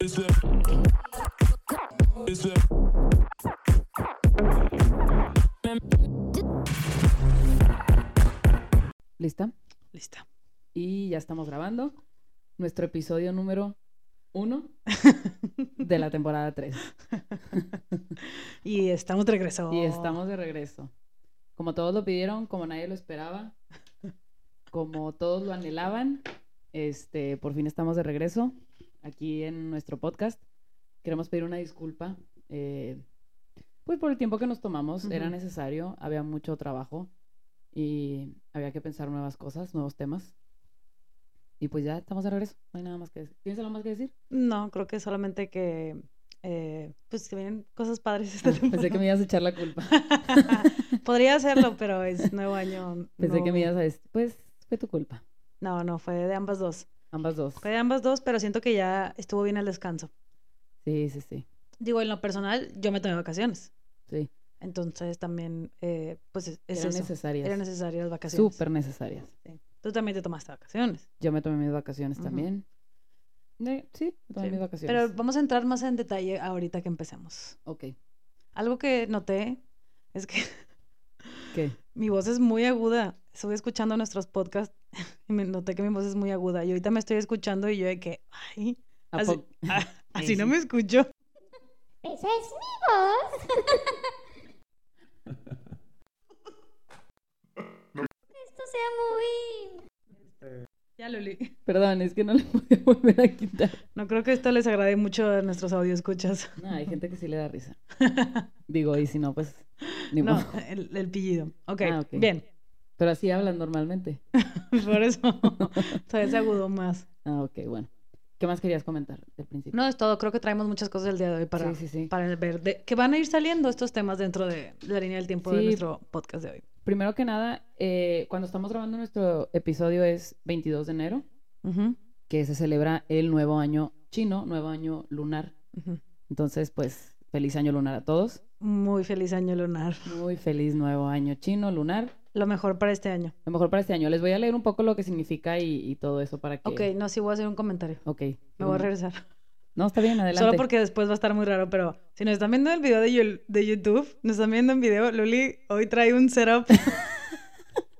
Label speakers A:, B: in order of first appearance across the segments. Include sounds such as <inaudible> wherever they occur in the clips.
A: Is there? Is there?
B: ¿Lista?
C: Lista.
B: Y ya estamos grabando nuestro episodio número uno de la temporada 3.
C: Y estamos de regreso.
B: Y estamos de regreso. Como todos lo pidieron, como nadie lo esperaba, como todos lo anhelaban, este, por fin estamos de regreso aquí en nuestro podcast. Queremos pedir una disculpa, eh, pues por el tiempo que nos tomamos, era
C: Ujú.
B: necesario, había mucho trabajo y había que pensar nuevas cosas, nuevos temas. Y pues ya estamos de regreso, no hay nada más que decir. ¿Tienes algo más que decir?
C: No, creo que solamente que. eh, pues que vienen cosas padres esta
B: Ah, pensé que me
C: temporada.
B: ibas a echar la
C: <laughs>
B: culpa.
C: Podría hacerlo, pero es nuevo año.
B: Pensé que
C: no-
B: me ibas a decir, pues fue tu culpa.
C: No, no, fue de ambas dos.
B: Ambas dos.
C: Fue de ambas dos, pero siento que ya estuvo bien el descanso.
B: Sí, sí, sí.
C: Digo, en lo personal, yo me tomé vacaciones.
B: Sí,
C: Entonces también, eh, pues es, es
B: eran
C: eso.
B: necesarias.
C: Eran necesarias vacaciones.
B: Súper necesarias.
C: Sí. Tú también te tomaste vacaciones.
B: Yo me tomé mis vacaciones
C: Ujú.
B: también. Eh, sí, me tomé
C: Sí.
B: mis vacaciones.
C: Pero vamos a entrar más en detalle ahorita que empecemos.
B: Ok,
C: Algo que noté es que
B: ¿qué?
C: mi voz es muy aguda. Estuve escuchando nuestros podcasts <laughs> y me noté que mi voz es muy aguda. Y ahorita me estoy escuchando y yo de que, ay,
B: ¿A
C: así,
B: poco?
C: a- así
B: <laughs>
C: no
B: sí.
C: me escucho.
D: Esa es mi voz. Esto sea muy...
C: Ya, Luli.
B: Perdón, es que no le <laughs> pude volver a quitar.
C: No creo que esto les agrade mucho a nuestros escuchas.
B: No, hay gente que sí le da
C: <laughs>
B: risa. Digo, y si no, pues ni
C: No,
B: modo.
C: el, el pillido. Ok,
B: Ah, ok.
C: bien. <laughs>
B: Pero así hablan normalmente.
C: Por eso <laughs> todavía se agudó más.
B: Ah, ok, bueno. ¿Qué más querías comentar del principio?
C: No, es todo. Creo que traemos muchas cosas el día de hoy para,
B: sí, sí, sí.
C: para ver de- que van a ir saliendo estos temas dentro de la línea del tiempo de
B: Sí.
C: nuestro podcast de hoy.
B: Primero que nada, eh, cuando estamos grabando nuestro episodio es 22 de enero,
C: Ujú,
B: que se celebra el nuevo año chino, nuevo año lunar.
C: ujú.
B: Entonces, pues, feliz año lunar a todos.
C: Muy feliz año lunar.
B: Muy feliz nuevo año chino, lunar.
C: Lo mejor para este año.
B: Lo mejor para este año. Les voy a leer un poco lo que significa y, y todo eso para que.
C: Ok, no, sí voy a hacer un comentario.
B: Ok.
C: Me voy a regresar.
B: No, está bien, Mm. adelante.
C: Solo porque después va a estar muy raro, pero si nos están viendo el video de, Yul- de YouTube, nos están viendo en video, Luli hoy trae
B: <laughs>
C: un setup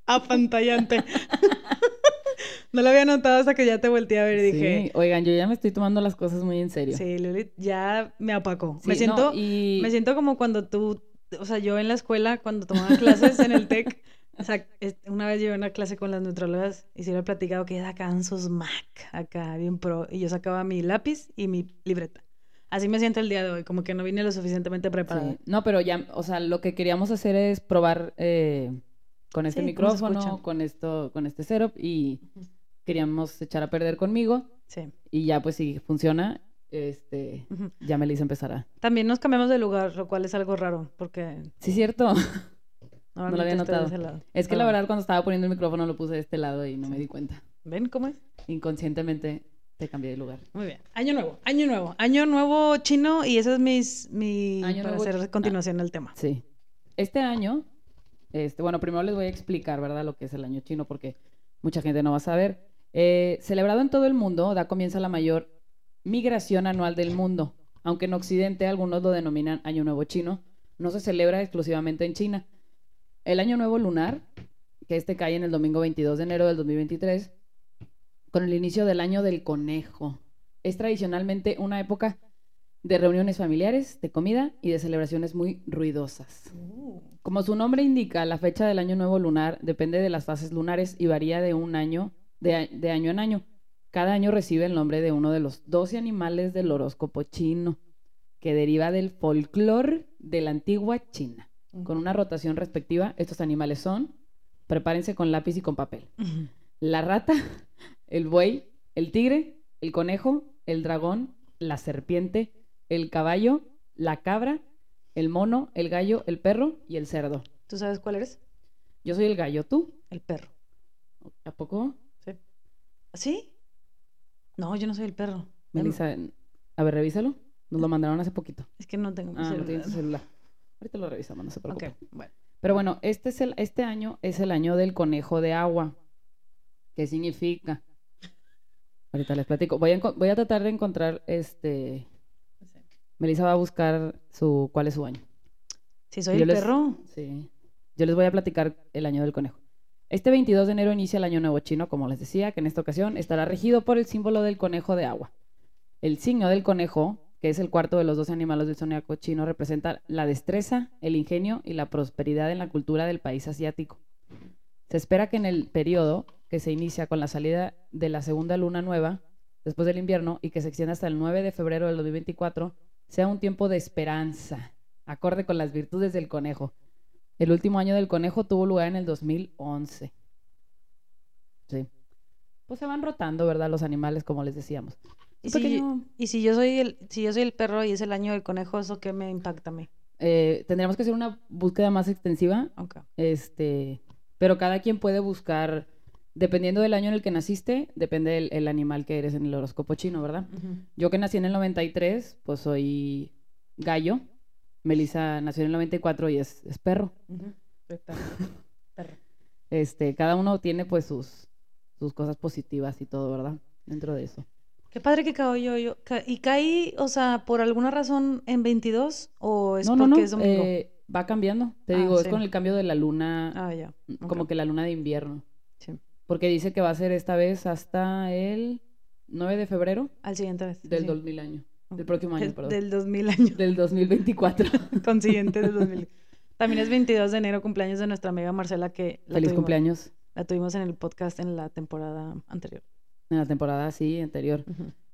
C: apantallante. <laughs> no lo había notado hasta que ya te volteé a ver y
B: Sí,
C: dije,
B: Oigan, yo ya me estoy tomando las cosas muy en
C: sí,
B: serio.
C: Luli ya me apacó.
B: Sí,
C: me,
B: no,
C: siento,
B: y-
C: me siento como cuando tú, o sea, yo en la escuela, cuando tomaba clases en el TEC, o sea, es- una vez llevé una clase con las nutrólogas y se le he platicado que sacaban sus Mac acá, bien pro, y yo sacaba mi lápiz y mi libreta. Así me siento el día de hoy, como que no vine lo suficientemente preparada.
B: Sí. No, pero ya, o sea, lo que queríamos hacer es probar eh, con este
C: Sí, ¿cómo se
B: micrófono,
C: escucha?
B: con esto, con este setup y queríamos echar a perder conmigo
C: Sí.
B: y ya, pues, si funciona, este,
C: Ujú.
B: ya me hice empezar a.
C: También nos cambiamos de lugar, lo cual es algo raro, porque
B: Sí, cierto.
C: no
B: había notado.
C: lado.
B: Es que
C: Pero
B: la
C: bueno,
B: verdad cuando estaba poniendo el micrófono lo puse de este lado y no me
C: Ah. Sí.
B: di cuenta.
C: ¿Ven cómo es?
B: Inconscientemente te cambié de lugar.
C: Muy bien. Año nuevo, año nuevo, año nuevo chino y eso es mis, mi
B: Año
C: para
B: nuevo
C: hacer
B: chi-
C: continuación al tema.
B: Sí. Este año, este, bueno, primero les voy a explicar, ¿verdad?, lo que es el año chino, porque mucha gente no va a saber. Eh, celebrado en todo el mundo, da comienzo a la mayor migración anual del mundo. Aunque en Occidente algunos lo denominan Año Nuevo Chino, no se celebra exclusivamente en China. El Año Nuevo Lunar, que este cae en el domingo 22 de enero del 2023, con el inicio del Año del Conejo. Es tradicionalmente una época de reuniones familiares, de comida y de celebraciones muy ruidosas. Como su nombre indica, la fecha del año nuevo lunar depende de las fases lunares y varía de un año de, a- de año en año. Cada año recibe el nombre de uno de los 12 animales del horóscopo chino, que deriva del folclore de la antigua China. Con una rotación respectiva, estos animales son, prepárense con lápiz y con papel,
C: Ujú.
B: la rata, <laughs> el buey, el tigre, el conejo, el dragón, la serpiente, el caballo, la cabra, el mono, el gallo, el perro y el cerdo.
C: ¿Tú sabes cuál eres?
B: Yo soy el gallo, ¿tú?
C: El perro.
B: ¿A poco?
C: ¿Sí? No, yo no soy el perro. Em,
B: Melissa, a ver, revísalo.
C: <laughs>
B: Nos lo mandaron hace poquito.
C: Es que no tengo mi
B: Ah, no
C: celular.
B: tiene su celular. Ahorita lo revisamos, no se
C: Ok,
B: preocupe.
C: bueno.
B: Pero bueno, este, es el, este año es el año del conejo de agua. ¿Qué significa? Ahorita les platico. Voy a, enco- voy a tratar de encontrar este. Melissa va a buscar su cuál es su año.
C: Si soy
B: Yo
C: el
B: les-
C: perro,
B: Sí. Yo les voy a platicar el año del conejo. Este 22 de enero inicia el año nuevo chino, como les decía, que en esta ocasión estará regido por el símbolo del conejo de agua. El signo del conejo, que es el cuarto de los 12 animales del zodiaco chino, representa la destreza, el ingenio y la prosperidad en la cultura del país asiático. Se espera que en el periodo que se inicia con la salida de la segunda luna nueva, después del invierno, y que se extiende hasta el 9 de febrero del 2024, sea un tiempo de esperanza, acorde con las virtudes del conejo. El último año del conejo tuvo lugar en el 2011. Sí. Pues se van rotando, ¿verdad? Los animales, como les decíamos.
C: y
B: Un
C: si,
B: pequeño-
C: y si yo soy el, si yo soy el perro y es el año del conejo, ¿eso qué me impacta a mí?
B: eh, tendríamos que hacer una búsqueda más extensiva,
C: Ok.
B: este, pero cada quien puede buscar, dependiendo del año en el que naciste, depende del el animal que eres en el horóscopo chino,
C: Ah,
B: ¿verdad? Yo que nací en el 93, pues soy gallo. Melissa nació en el 94 y es, es perro. Este, cada uno tiene pues sus, sus cosas positivas y todo, ¿verdad? Dentro de eso.
C: Qué padre que caí yo, yo. ca- ¿Y caí, o sea, por alguna razón en 22 o es
B: no, no,
C: pues, porque
B: no.
C: es domingo?
B: eh, va cambiando. Te
C: Ah,
B: digo, es
C: sí.
B: con el cambio de la luna
C: Ah, ya.
B: como
C: ok.
B: que la luna de invierno.
C: Sí.
B: Porque dice que va a ser esta vez hasta el 9 de febrero
C: Al siguiente vez.
B: del
C: sí.
B: 2000 año. Del
C: Ok.
B: próximo año,
C: Del-
B: perdón. Del,
C: Del 2000 años.
B: 2024.
C: <laughs> Consiguiente del 2000. También es 22 de enero, cumpleaños de nuestra amiga Marcela, que la,
B: Feliz
C: tuvimos,
B: cumpleaños
C: la tuvimos en el podcast en la temporada anterior.
B: en la temporada así anterior,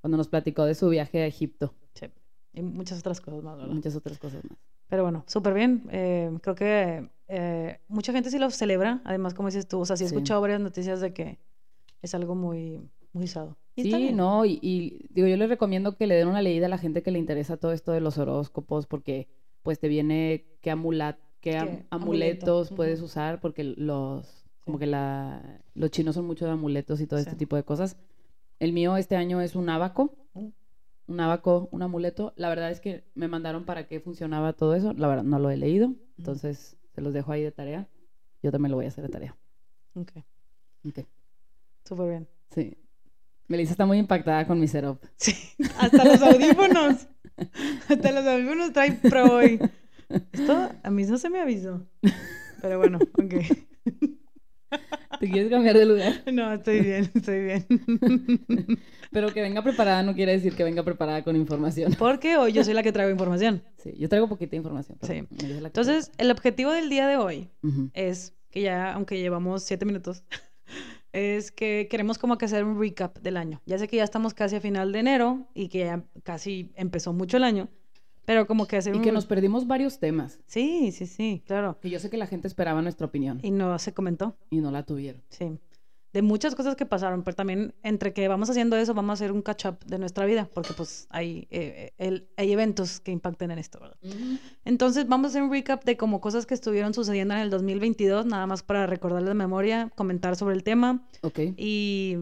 B: cuando nos platicó de su viaje a Egipto
C: Sí. Y muchas otras cosas más, ¿verdad?
B: y muchas otras cosas más.
C: Pero bueno, súper bien. Eh, creo que eh, mucha gente sí lo celebra. Además, como dices tú, o sea, sí he
B: Sí.
C: escuchado varias noticias de que es algo muy, muy usado. Y está
B: Sí,
C: bien.
B: no, y, y digo, yo les recomiendo que le den una leída a la gente que le interesa todo esto de los horóscopos, porque pues te viene qué, amula- qué am-
C: Qué
B: amuletos
C: amuleto,
B: puedes
C: ujú.
B: usar, porque los, como
C: Sí.
B: que la, los chinos son mucho de amuletos y todo este
C: Sí.
B: tipo de cosas. El mío este año es un abaco,
C: Mm.
B: un abaco, un amuleto. La verdad es que me mandaron para qué funcionaba todo eso, la verdad no lo he leído, entonces se los dejo ahí de tarea. Yo también lo voy a hacer de tarea.
C: Ok,
B: Ok,
C: súper bien.
B: Sí. Melissa está muy impactada con mi setup.
C: Sí, <laughs> hasta los audífonos. Hasta los audífonos traen pro hoy. Esto a mí no se me avisó. Pero bueno, ok.
B: <laughs> ¿Te quieres cambiar de lugar?
C: <laughs> No, estoy bien, estoy bien. <laughs>
B: Pero que venga preparada no quiere decir que venga preparada con información. <laughs>
C: Porque hoy yo soy la que traigo información.
B: Sí, yo traigo poquita información. pero
C: Sí.
B: me dice la que-
C: Entonces, el objetivo del día de hoy
B: Ujú.
C: es que ya, aunque llevamos siete minutos, <laughs> es que queremos como que hacer un recap del año. Ya sé que ya estamos casi a final de enero y que ya casi empezó mucho el año, pero como que hacer
B: Y
C: este, un...
B: que nos perdimos varios temas.
C: Sí, sí, sí, claro.
B: Que yo sé que la gente esperaba nuestra opinión
C: Y no se comentó,
B: y no la tuvieron.
C: sí. De muchas cosas que pasaron, pero también entre que vamos haciendo eso, vamos a hacer un catch-up de nuestra vida, porque pues hay, eh, el- hay eventos que impacten en esto, ¿verdad? Entonces vamos a hacer un recap de como cosas que estuvieron sucediendo en el 2022, nada más para recordarles la memoria, comentar sobre el tema
B: Ok,
C: y,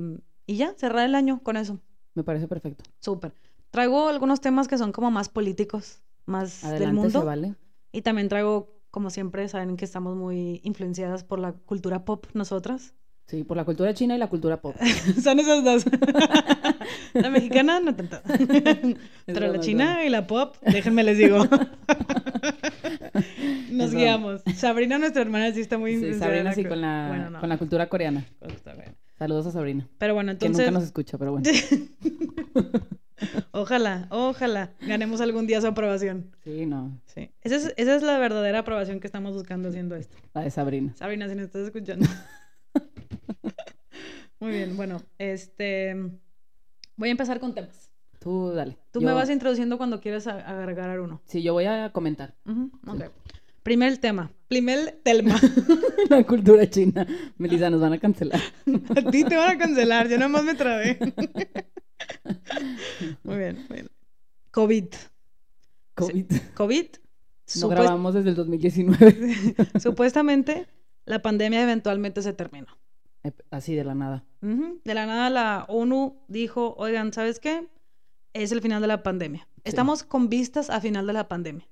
C: y ya, cerrar el año con eso.
B: me parece perfecto.
C: Súper. Traigo algunos temas que son como más políticos, más
B: Adelante,
C: del
B: se
C: mundo.
B: vale.
C: Y también traigo, como siempre, saben que estamos muy influenciadas por la cultura pop nosotras.
B: Sí, por la cultura china y la cultura
C: <laughs>
B: pop.
C: son esas dos. <laughs> la mexicana
B: <laughs>
C: no tanto. Pero
B: broma,
C: la
B: es
C: china y la pop, déjenme les
B: <laughs>
C: digo. Nos
B: Es broma.
C: guiamos. Sabrina, nuestra hermana, sí está muy
B: Sí,
C: influenciada en
B: Sabrina sí
C: cu-
B: con la,
C: Bueno, no.
B: con la cultura coreana. Saludos a Sabrina.
C: Pero bueno,
B: Que
C: entonces,
B: nunca nos escucha, pero bueno.
C: <laughs> ojalá, ojalá ganemos algún día su aprobación.
B: Sí, no,
C: Sí. Esa es, esa es la verdadera aprobación que estamos buscando haciendo esto.
B: la de Sabrina.
C: Sabrina, si nos estás
B: <laughs>
C: escuchando. Muy bien, bueno, este. Voy a empezar con temas.
B: Tú dale.
C: Tú
B: Yo-
C: me vas introduciendo cuando quieras a- agregar uno.
B: Sí, yo voy a comentar. <laughs>
C: Ujú, ok. Primer tema. Primer tema. <laughs>
B: la cultura china. Melissa, nos van a cancelar.
C: A ti te van a cancelar, yo nomás me <laughs> trabé. Muy bien, muy bien. COVID.
B: COVID.
C: COVID,
B: No
C: supuest-
B: grabamos desde el 2019.
C: <laughs> supuestamente, la pandemia eventualmente se terminó.
B: Ep- Así de la nada.
C: Ujú. De la nada la ONU dijo, oigan, ¿sabes qué? Es el final de la pandemia. Estamos con vistas a final de la pandemia,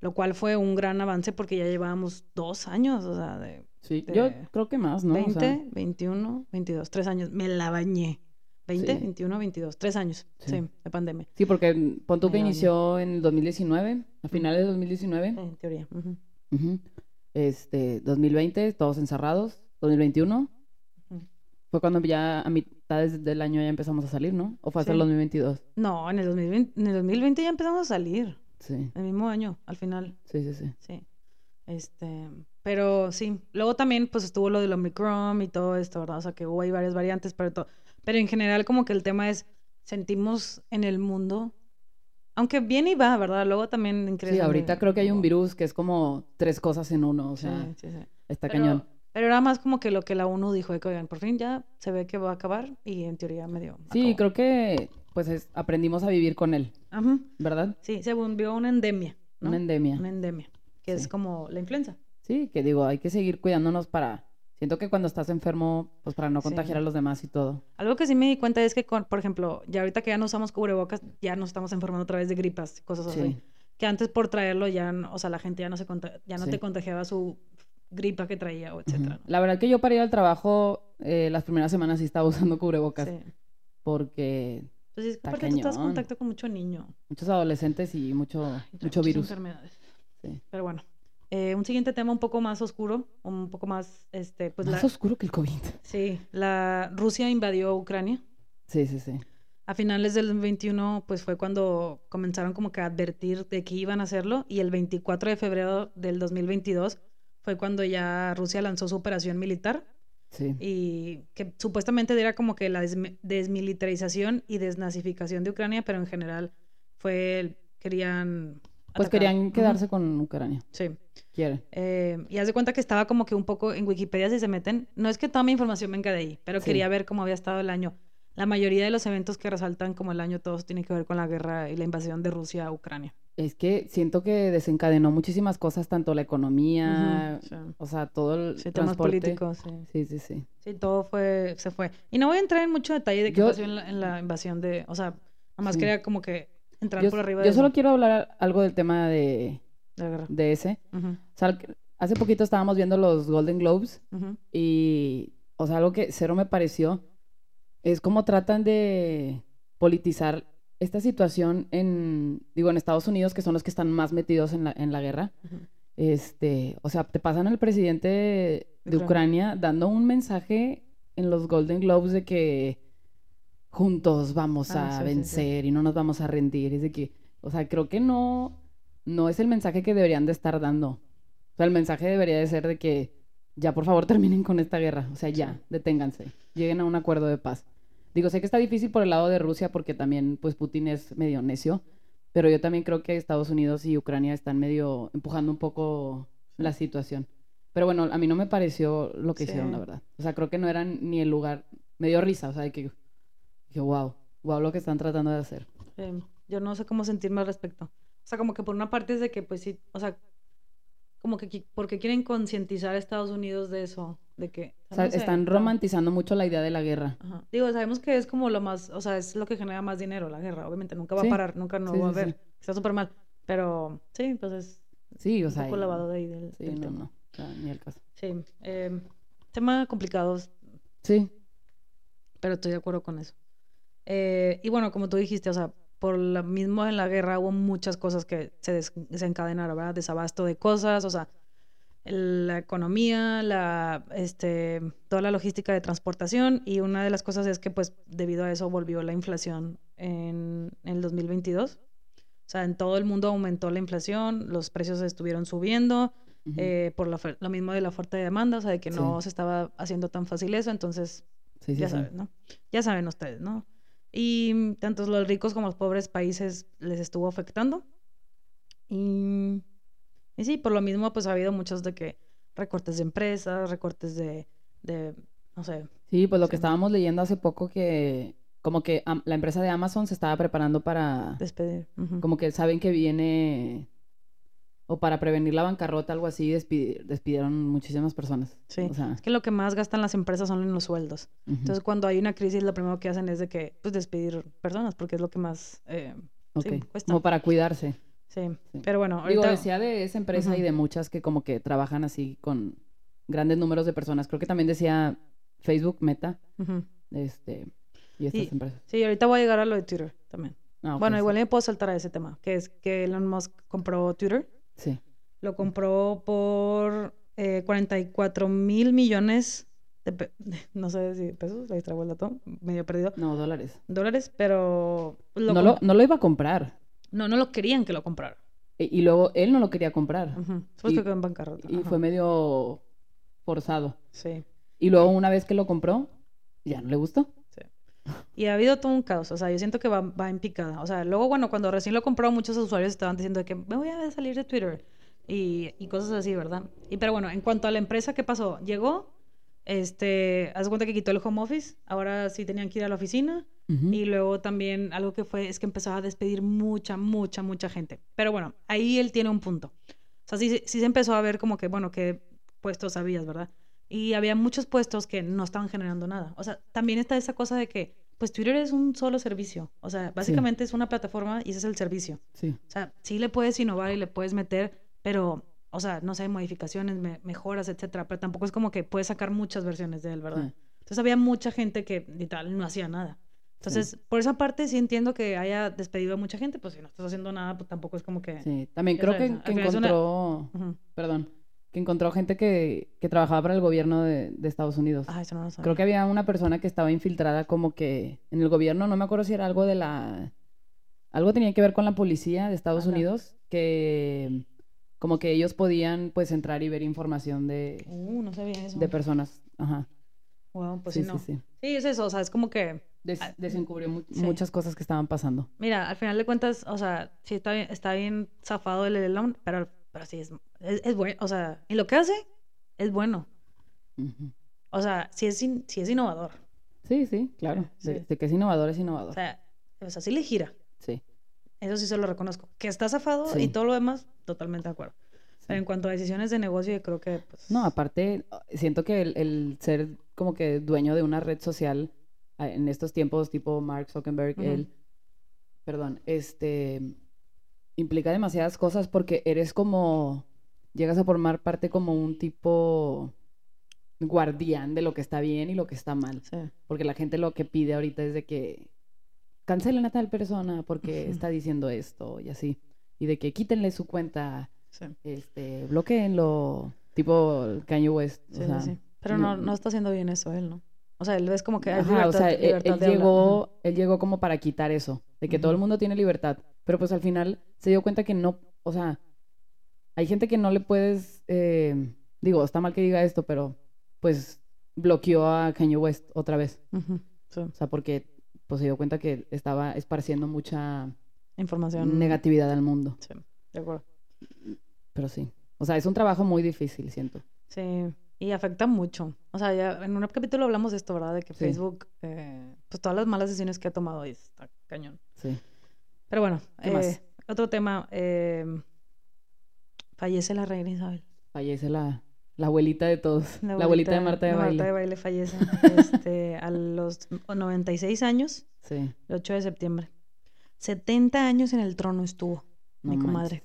C: lo cual fue un gran avance porque ya llevábamos dos años, o sea, de
B: Sí,
C: Te-
B: yo creo que más, ¿no? O sea,
C: 20, 21, 22, tres años. Me la bañé. ¿20?
B: Sí.
C: 21, 22, tres años,
B: Sí.
C: sí, de pandemia,
B: Sí, porque mm, pon tú que
C: Ay, no.
B: inició en el 2019, a finales de 2019.
C: en teoría. ujú.
B: Ujú. Este, 2020, todos encerrados. 2021
C: Ujú.
B: fue cuando ya a mitades del año ya empezamos a salir, ¿no? O fue hasta el
C: Sí.
B: 2022.
C: No, en el, 2020, en el 2020 ya empezamos a salir,
B: Sí,
C: el mismo año, al final,
B: sí, sí, sí.
C: sí. Este, pero sí, luego también pues estuvo lo del Omicron y todo esto, ¿verdad? O sea, que hubo ahí varias variantes, pero todo. Pero en general como que el tema es, sentimos en el mundo, aunque viene y va, ¿verdad? Luego también
B: Sí,
C: increíble.
B: ahorita creo que hay un virus que es como tres cosas en uno, o sea,
C: sí, sí.
B: está
C: Pero-
B: cañón.
C: Pero era más como que lo que la ONU dijo de que, oigan, por fin ya se ve que va a acabar y en teoría medio.
B: Sí,
C: acabó.
B: creo que pues es- aprendimos a vivir con él,
C: Ajá.
B: ¿verdad?
C: Sí, se volvió una endemia, ¿no?
B: Una endemia.
C: Una endemia, que
B: Sí.
C: es como la influenza.
B: Sí, que digo, hay que seguir cuidándonos para... Siento que cuando estás enfermo, pues para no
C: Sí.
B: contagiar a los demás y todo.
C: Algo que sí me di cuenta es que, con, por ejemplo, ya ahorita que ya no usamos cubrebocas, ya nos estamos enfermando otra vez de gripas, cosas
B: Sí,
C: así. Que antes por traerlo ya, no- o sea, la gente ya no se conta- ya no
B: Sí.
C: te contagiaba su gripa que traía o etcétera.
B: Ujú.
C: ¿no?
B: La verdad que yo para ir al trabajo eh, las primeras semanas sí estaba usando cubrebocas
C: Sí.
B: porque
C: Pues es que
B: Está
C: aparte tú estás en
B: cañón.
C: contacto con mucho niño.
B: muchos adolescentes y mucho,
C: y trae
B: mucho
C: muchas
B: virus.
C: enfermedades.
B: Sí.
C: Pero bueno, eh, un siguiente tema un poco más oscuro, un poco más, este, pues
B: Más
C: la,
B: oscuro que el COVID.
C: sí, la Rusia invadió Ucrania.
B: Sí, sí, sí.
C: A finales del 21, pues fue cuando comenzaron como que a advertir de que iban a hacerlo y el 24 de febrero del 2022 fue cuando ya Rusia lanzó su operación militar
B: Sí.
C: y que supuestamente era como que la desmi- desmilitarización y desnazificación de Ucrania, pero en general fue, el- querían...
B: Pues
C: atacar.
B: querían
C: Ujú,
B: quedarse con Ucrania.
C: Sí.
B: Quieren.
C: Eh, y haz de cuenta que estaba como que un poco en Wikipedia, si se meten, no es que toda mi información venga de ahí, pero
B: Sí.
C: quería ver cómo había estado el año. La mayoría de los eventos que resaltan como el año, todos tienen que ver con la guerra y la invasión de Rusia a Ucrania.
B: Es que siento que desencadenó muchísimas cosas, tanto la economía,
C: Ujú, sí.
B: o sea, todo el
C: Sí, temas
B: Ah, mm, transporte.
C: políticos, sí.
B: Sí, sí, sí.
C: Sí, todo fue, se fue. Y no voy a entrar en mucho detalle de qué
B: Yo-
C: pasó en la, en la invasión de, o sea, nomás
B: Sí.
C: quería como que entrar
B: Yo,
C: por arriba
B: yo
C: de,
B: solo
C: eso,
B: quiero hablar algo del tema de,
C: de la guerra.
B: de ese.
C: Ujú,
B: O sea, hace poquito estábamos viendo los Golden Globes
C: ujú.
B: Y, o sea, algo que cero me pareció es cómo tratan de politizar esta situación en, digo, en Estados Unidos, que son los que están más metidos en la, en la guerra.
C: Ujú.
B: Este, o sea, te pasan al presidente de
C: Ucrania.
B: Ucrania dando un mensaje en los Golden Globes de que juntos vamos
C: Ah,
B: a
C: sí, sí, sí.
B: vencer y no nos vamos a rendir. Es de que, o sea, creo que no, no es el mensaje que deberían de estar dando. O sea, el mensaje debería de ser de que ya por favor <laughs> terminen con esta guerra. O sea, ya, deténganse, lleguen a un acuerdo de paz. Digo, sé que está difícil por el lado de Rusia porque también, pues, Putin es medio necio, pero yo también creo que Estados Unidos y Ucrania están medio empujando un poco la situación. Pero bueno, a mí no me pareció lo que
C: Sí.
B: hicieron, la verdad. O sea, creo que no eran ni el lugar. Me dio risa, o sea, de que dije, wow, wow lo que están tratando de hacer.
C: Eh, yo no sé cómo sentirme al respecto. O sea, como que por una parte es de que, pues sí, o sea, como que qui- porque quieren concientizar a Estados Unidos de eso, de que...
B: O sea,
C: no sé,
B: están
C: no.
B: romantizando mucho la idea de la guerra.
C: Ajá. Digo, sabemos que es como lo más, o sea, es lo que genera más dinero, la guerra, obviamente, nunca va
B: Sí.
C: a parar, nunca no
B: Sí,
C: va a
B: sí,
C: haber,
B: sí.
C: está súper mal, pero sí, pues es
B: Sí, o
C: un
B: sea,
C: poco
B: y-
C: lavado de ahí del,
B: sí,
C: del
B: no,
C: tema.
B: no, o sea, ni el caso.
C: Sí, eh, tema complicado,
B: Sí,
C: pero estoy de acuerdo con eso. Eh, y bueno, como tú dijiste, o sea, por lo mismo en la guerra hubo muchas cosas que se des- desencadenaron, ¿verdad? Desabasto de cosas, o sea, el- la economía, la, este, toda la logística de transportación y una de las cosas es que pues debido a eso volvió la inflación en, en el 2022. O sea, en todo el mundo aumentó la inflación, los precios estuvieron subiendo,
B: ujú,
C: eh, por la ofer- lo mismo de la oferta y demanda, o sea, de que
B: Sí.
C: no se estaba haciendo tan fácil eso, entonces
B: sí, sí,
C: ya
B: sí.
C: saben, ¿no? Ya saben ustedes, ¿no? Y mm, tanto los ricos como los pobres países les estuvo afectando. Y, y sí, por lo mismo, pues ha habido muchos de que recortes de empresas, recortes de, de no sé,
B: Sí, pues lo que
C: Sí.
B: estábamos leyendo hace poco que como que am- la empresa de Amazon se estaba preparando para,
C: despedir. ujú.
B: como que saben que viene, o para prevenir la bancarrota, algo así, despi- despidieron muchísimas personas.
C: Sí.
B: O sea,
C: Es que lo que más gastan las empresas son en los sueldos.
B: ujú,
C: Entonces, cuando hay una crisis, lo primero que hacen es de que, pues, despedir personas, porque es lo que más, eh, sí,
B: ok,
C: cuesta.
B: Como para cuidarse.
C: sí.
B: Sí.
C: Pero bueno,
B: Digo,
C: ahorita...
B: decía de esa empresa y
C: Ujú.
B: de muchas que como que trabajan así con grandes números de personas. Creo que también decía Facebook, Meta,
C: Ujú.
B: este, y estas
C: Y-
B: empresas.
C: Sí, ahorita voy a llegar a lo de Twitter también.
B: Ah, ok,
C: Bueno,
B: sí,
C: igual me puedo saltar a ese tema, que es que Elon Musk compró Twitter.
B: Sí.
C: Lo compró por eh, 44 mil millones de pe- <laughs> no sé si pesos, ahí traigo el dato, medio perdido,
B: No, dólares.
C: dólares, pero lo
B: no, lo,
C: comp-
B: no lo iba a comprar.
C: no, no lo querían que lo comprara.
B: E- Y luego él no lo quería comprar.
C: Ujú. Después
B: Ah. Y-
C: que quedó en bancarrota.
B: Y
C: Ajá.
B: fue medio forzado.
C: Sí.
B: Y luego una vez que lo compró, ya no le gustó.
C: Y ha habido todo un caos, o sea, yo siento que va, va en picada. O sea, luego, bueno, cuando recién lo compró, muchos usuarios estaban diciendo de que me voy a salir de Twitter y, y cosas así, ¿verdad? Y pero bueno, en cuanto a la empresa, ¿qué pasó? Llegó, este, haz de cuenta que quitó el home office, ahora sí tenían que ir a la oficina
B: Ujú.
C: y luego también algo que fue es que empezó a despedir mucha, mucha, mucha gente. Pero bueno, ahí él tiene un punto. O sea, sí, sí se empezó a ver como que, bueno, qué puestos habías, ¿verdad? Y había muchos puestos que no estaban generando nada. O sea, también está esa cosa de que, pues Twitter es un solo servicio. O sea, básicamente es una plataforma y ese es el servicio.
B: Sí.
C: O sea, sí le puedes innovar y le puedes meter, pero, o sea, no sé, modificaciones, me- mejoras, etcétera. Pero tampoco es como que puedes sacar muchas versiones de él, ¿verdad?
B: Sí.
C: Entonces había mucha gente que literal no hacía nada. Entonces, por esa parte sí entiendo que haya despedido a mucha gente, pues si no estás haciendo nada, pues tampoco es como que...
B: Sí. También
C: Ya
B: creo
C: sabes,
B: que,
C: ¿no?
B: que
C: Al final es una-
B: encontró,
C: Ujú.
B: perdón, que encontró gente que, que trabajaba para el gobierno de, de Estados Unidos.
C: Ah, eso no lo sabía.
B: Creo que había una persona que estaba infiltrada como que en el gobierno, no me acuerdo si era algo de la... Algo tenía que ver con la policía de Estados
C: Ala.
B: Unidos, que como que ellos podían pues entrar y ver información de,
C: Uh, no sabía eso.
B: de personas. Ajá.
C: Wow, pues sí,
B: sí,
C: no.
B: sí,
C: Sí,
B: sí.
C: es eso, o sea, es como que...
B: Des-
C: Ah,
B: desencubrió mu-
C: sí.
B: muchas cosas que estaban pasando.
C: Mira, al final de cuentas, o sea, sí está bien, está bien zafado el Elon, pero, pero sí es, es, es bueno, o sea, en lo que hace, es bueno.
B: Ujú.
C: O sea, sí es, in- sí es innovador.
B: Sí, sí, claro.
C: Sí.
B: De, de que es innovador, es
C: O
B: innovador.
C: sea, o sea, sí le gira.
B: Sí.
C: Eso sí se lo reconozco. Que está zafado y
B: Sí.
C: todo lo demás, totalmente de acuerdo.
B: sí.
C: Pero en cuanto a decisiones de negocio, yo creo que, pues...
B: No, aparte, siento que el, el ser como que dueño de una red social a- en estos tiempos, tipo Mark Zuckerberg,
C: Ujú.
B: él, perdón, este, implica demasiadas cosas porque eres como, llegas a formar parte como un tipo guardián de lo que está bien y lo que está mal.
C: Sí.
B: Porque la gente lo que pide ahorita es de que cancelen a tal persona porque
C: Ujú.
B: está diciendo esto y así. Y de que quítenle su cuenta
C: Sí,
B: este, bloqueenlo, tipo Kanye West, o
C: sí, sí,
B: sea,
C: sí. Pero
B: no-
C: no, no está haciendo bien eso él, ¿no? O sea, él es como que hay
B: ajá, o sea, él,
C: libertad
B: él
C: de habla.
B: llegó, él llegó como para quitar eso, de que todo el
C: Ujú.
B: mundo tiene libertad, pero pues al final se dio cuenta que no, o sea, hay gente que no le puedes, eh, digo, está mal que diga esto, pero pues bloqueó a Kanye West otra vez,
C: Ujú, ujú, sí.
B: o sea, porque pues se dio cuenta que estaba esparciendo mucha
C: Información
B: negatividad al mundo,
C: Sí, de acuerdo.
B: pero sí, o sea, es un trabajo muy difícil, siento.
C: Sí, y afecta mucho. O sea, ya en un capítulo hablamos de esto, ¿verdad? De que
B: Sí.
C: Facebook, eh, pues todas las malas decisiones que ha tomado y está cañón.
B: Sí.
C: Pero bueno,
B: ¿Qué
C: eh,
B: más?
C: otro tema. eh, fallece la reina Isabel.
B: Fallece la, la abuelita de todos, <laughs> la abuelita, de Marta de Baile.
C: fallece <laughs> este, a los 96 años,
B: Sí.
C: el 8 de septiembre. 70 años en el trono estuvo. Mi comadre.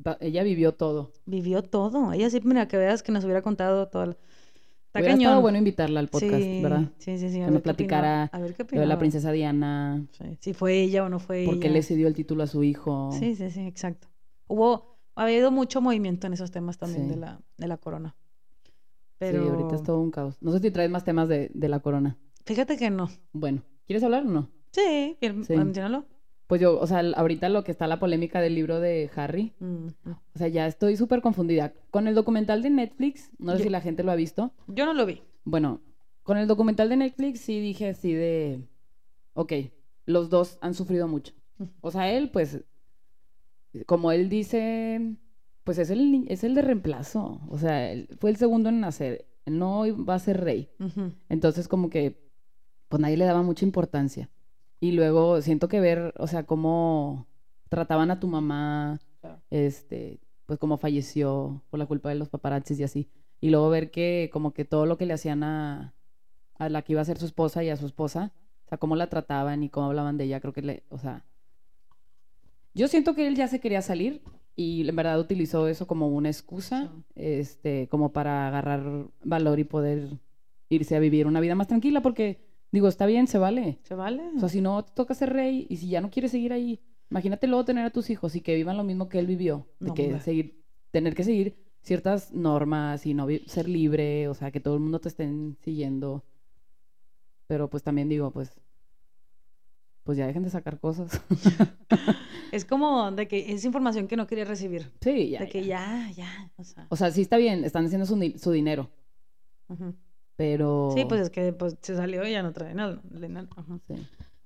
B: manches. Va- Ella vivió todo.
C: Vivió todo. Ella sí, mira, que veas que nos hubiera contado todo. el- Está
B: Hubiera
C: cañón.
B: estado bueno invitarla al podcast,
C: sí,
B: ¿verdad?
C: Sí, sí, sí.
B: Que
C: a
B: nos
C: ver qué opinaba-
B: platicara
C: a ver qué
B: Lo de la
C: opinaba.
B: princesa Diana,
C: Sí, si fue ella o no fue
B: por qué
C: ella.
B: le cedió el título a su hijo.
C: Sí, sí, sí, exacto. Hubo, ha habido mucho movimiento en esos temas también
B: Sí.
C: de, la, de la corona.
B: Sí,
C: Pero
B: ahorita es todo un caos. No sé si traes más temas de, de la corona.
C: fíjate que no.
B: Bueno, ¿quieres hablar o no?
C: Sí, bien,
B: Sí.
C: menciónalo.
B: Pues yo, o sea, el- ahorita lo que está la polémica del libro de Harry,
C: Mm, mm.
B: o sea, ya estoy súper confundida. Con el documental de Netflix, no sé
C: Yo-
B: si la gente lo ha visto,
C: Yo no lo vi.
B: Bueno, con el documental de Netflix sí dije así de, ok, los dos han sufrido mucho. O sea, él, pues, como él dice, pues es el, ni- es el de reemplazo. O sea, él fue el segundo en nacer. Él no va a ser rey.
C: Ujú.
B: Entonces, como que, pues nadie le daba mucha importancia. Y luego siento que ver, o sea, cómo trataban a tu mamá,
C: Claro.
B: este, pues cómo falleció por la culpa de los paparazzis y así. Y luego ver que como que todo lo que le hacían a, a la que iba a ser su esposa y a su esposa, o sea, cómo la trataban y cómo hablaban de ella, creo que le, o sea, yo siento que él ya se quería salir y en verdad utilizó eso como una excusa,
C: Sí.
B: este, como para agarrar valor y poder irse a vivir una vida más tranquila porque Digo, está bien, se vale.
C: ¿Se vale?
B: O sea, si no, te toca ser rey y si ya no quieres seguir ahí, imagínate luego tener a tus hijos y que vivan lo mismo que él vivió, de
C: No,
B: que
C: hombre.
B: seguir, tener que seguir ciertas normas y no vi- ser libre, o sea, que todo el mundo te estén siguiendo. Pero pues también digo, pues, pues ya dejen de sacar cosas. <laughs>
C: Es como de que es información que no quería recibir.
B: sí, ya.
C: de que
B: ya.
C: ya, ya, o sea.
B: O sea, sí está bien, están haciendo su, ni- su dinero,
C: ujú.
B: pero...
C: Sí, pues es que pues, se salió y ya no trae nada. de nada, ajá.
B: Sí.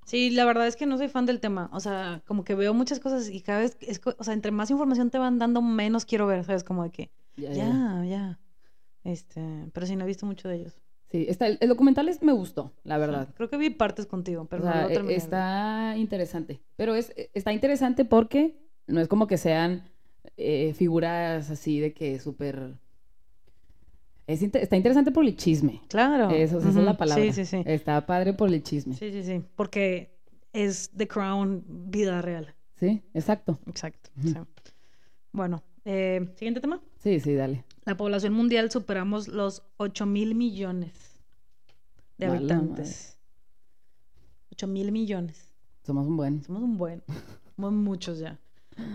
C: Sí, la verdad es que no soy fan del tema. O sea, como que veo muchas cosas y cada vez, es co- o sea, entre más información te van dando, menos quiero ver, ¿sabes? Como de que
B: Ya, ya, ya.
C: ya, ya. Este, pero sí, no he visto mucho de ellos.
B: Sí, está, el, el documental es- me gustó, la
C: O sea,
B: verdad.
C: creo que vi partes contigo, pero
B: O sea,
C: no lo
B: e-
C: terminé.
B: está interesante. Pero es, e- está interesante porque no es como que sean eh, figuras así de que súper. Es inte- está interesante por el chisme.
C: Claro.
B: Eso, esa es la
C: ujú,
B: palabra. Eh.
C: Sí, sí, sí.
B: Está padre por el chisme. Sí,
C: Sí, sí, sí. Porque es The Crown vida real.
B: exacto.
C: Exacto.
B: Ujú.
C: sí. Bueno, eh, siguiente tema.
B: Sí, sí, dale.
C: La población mundial superamos los 8 mil millones de
B: Mala
C: habitantes. 8 mil millones.
B: Somos un buen.
C: Somos un buen. Somos muchos ya.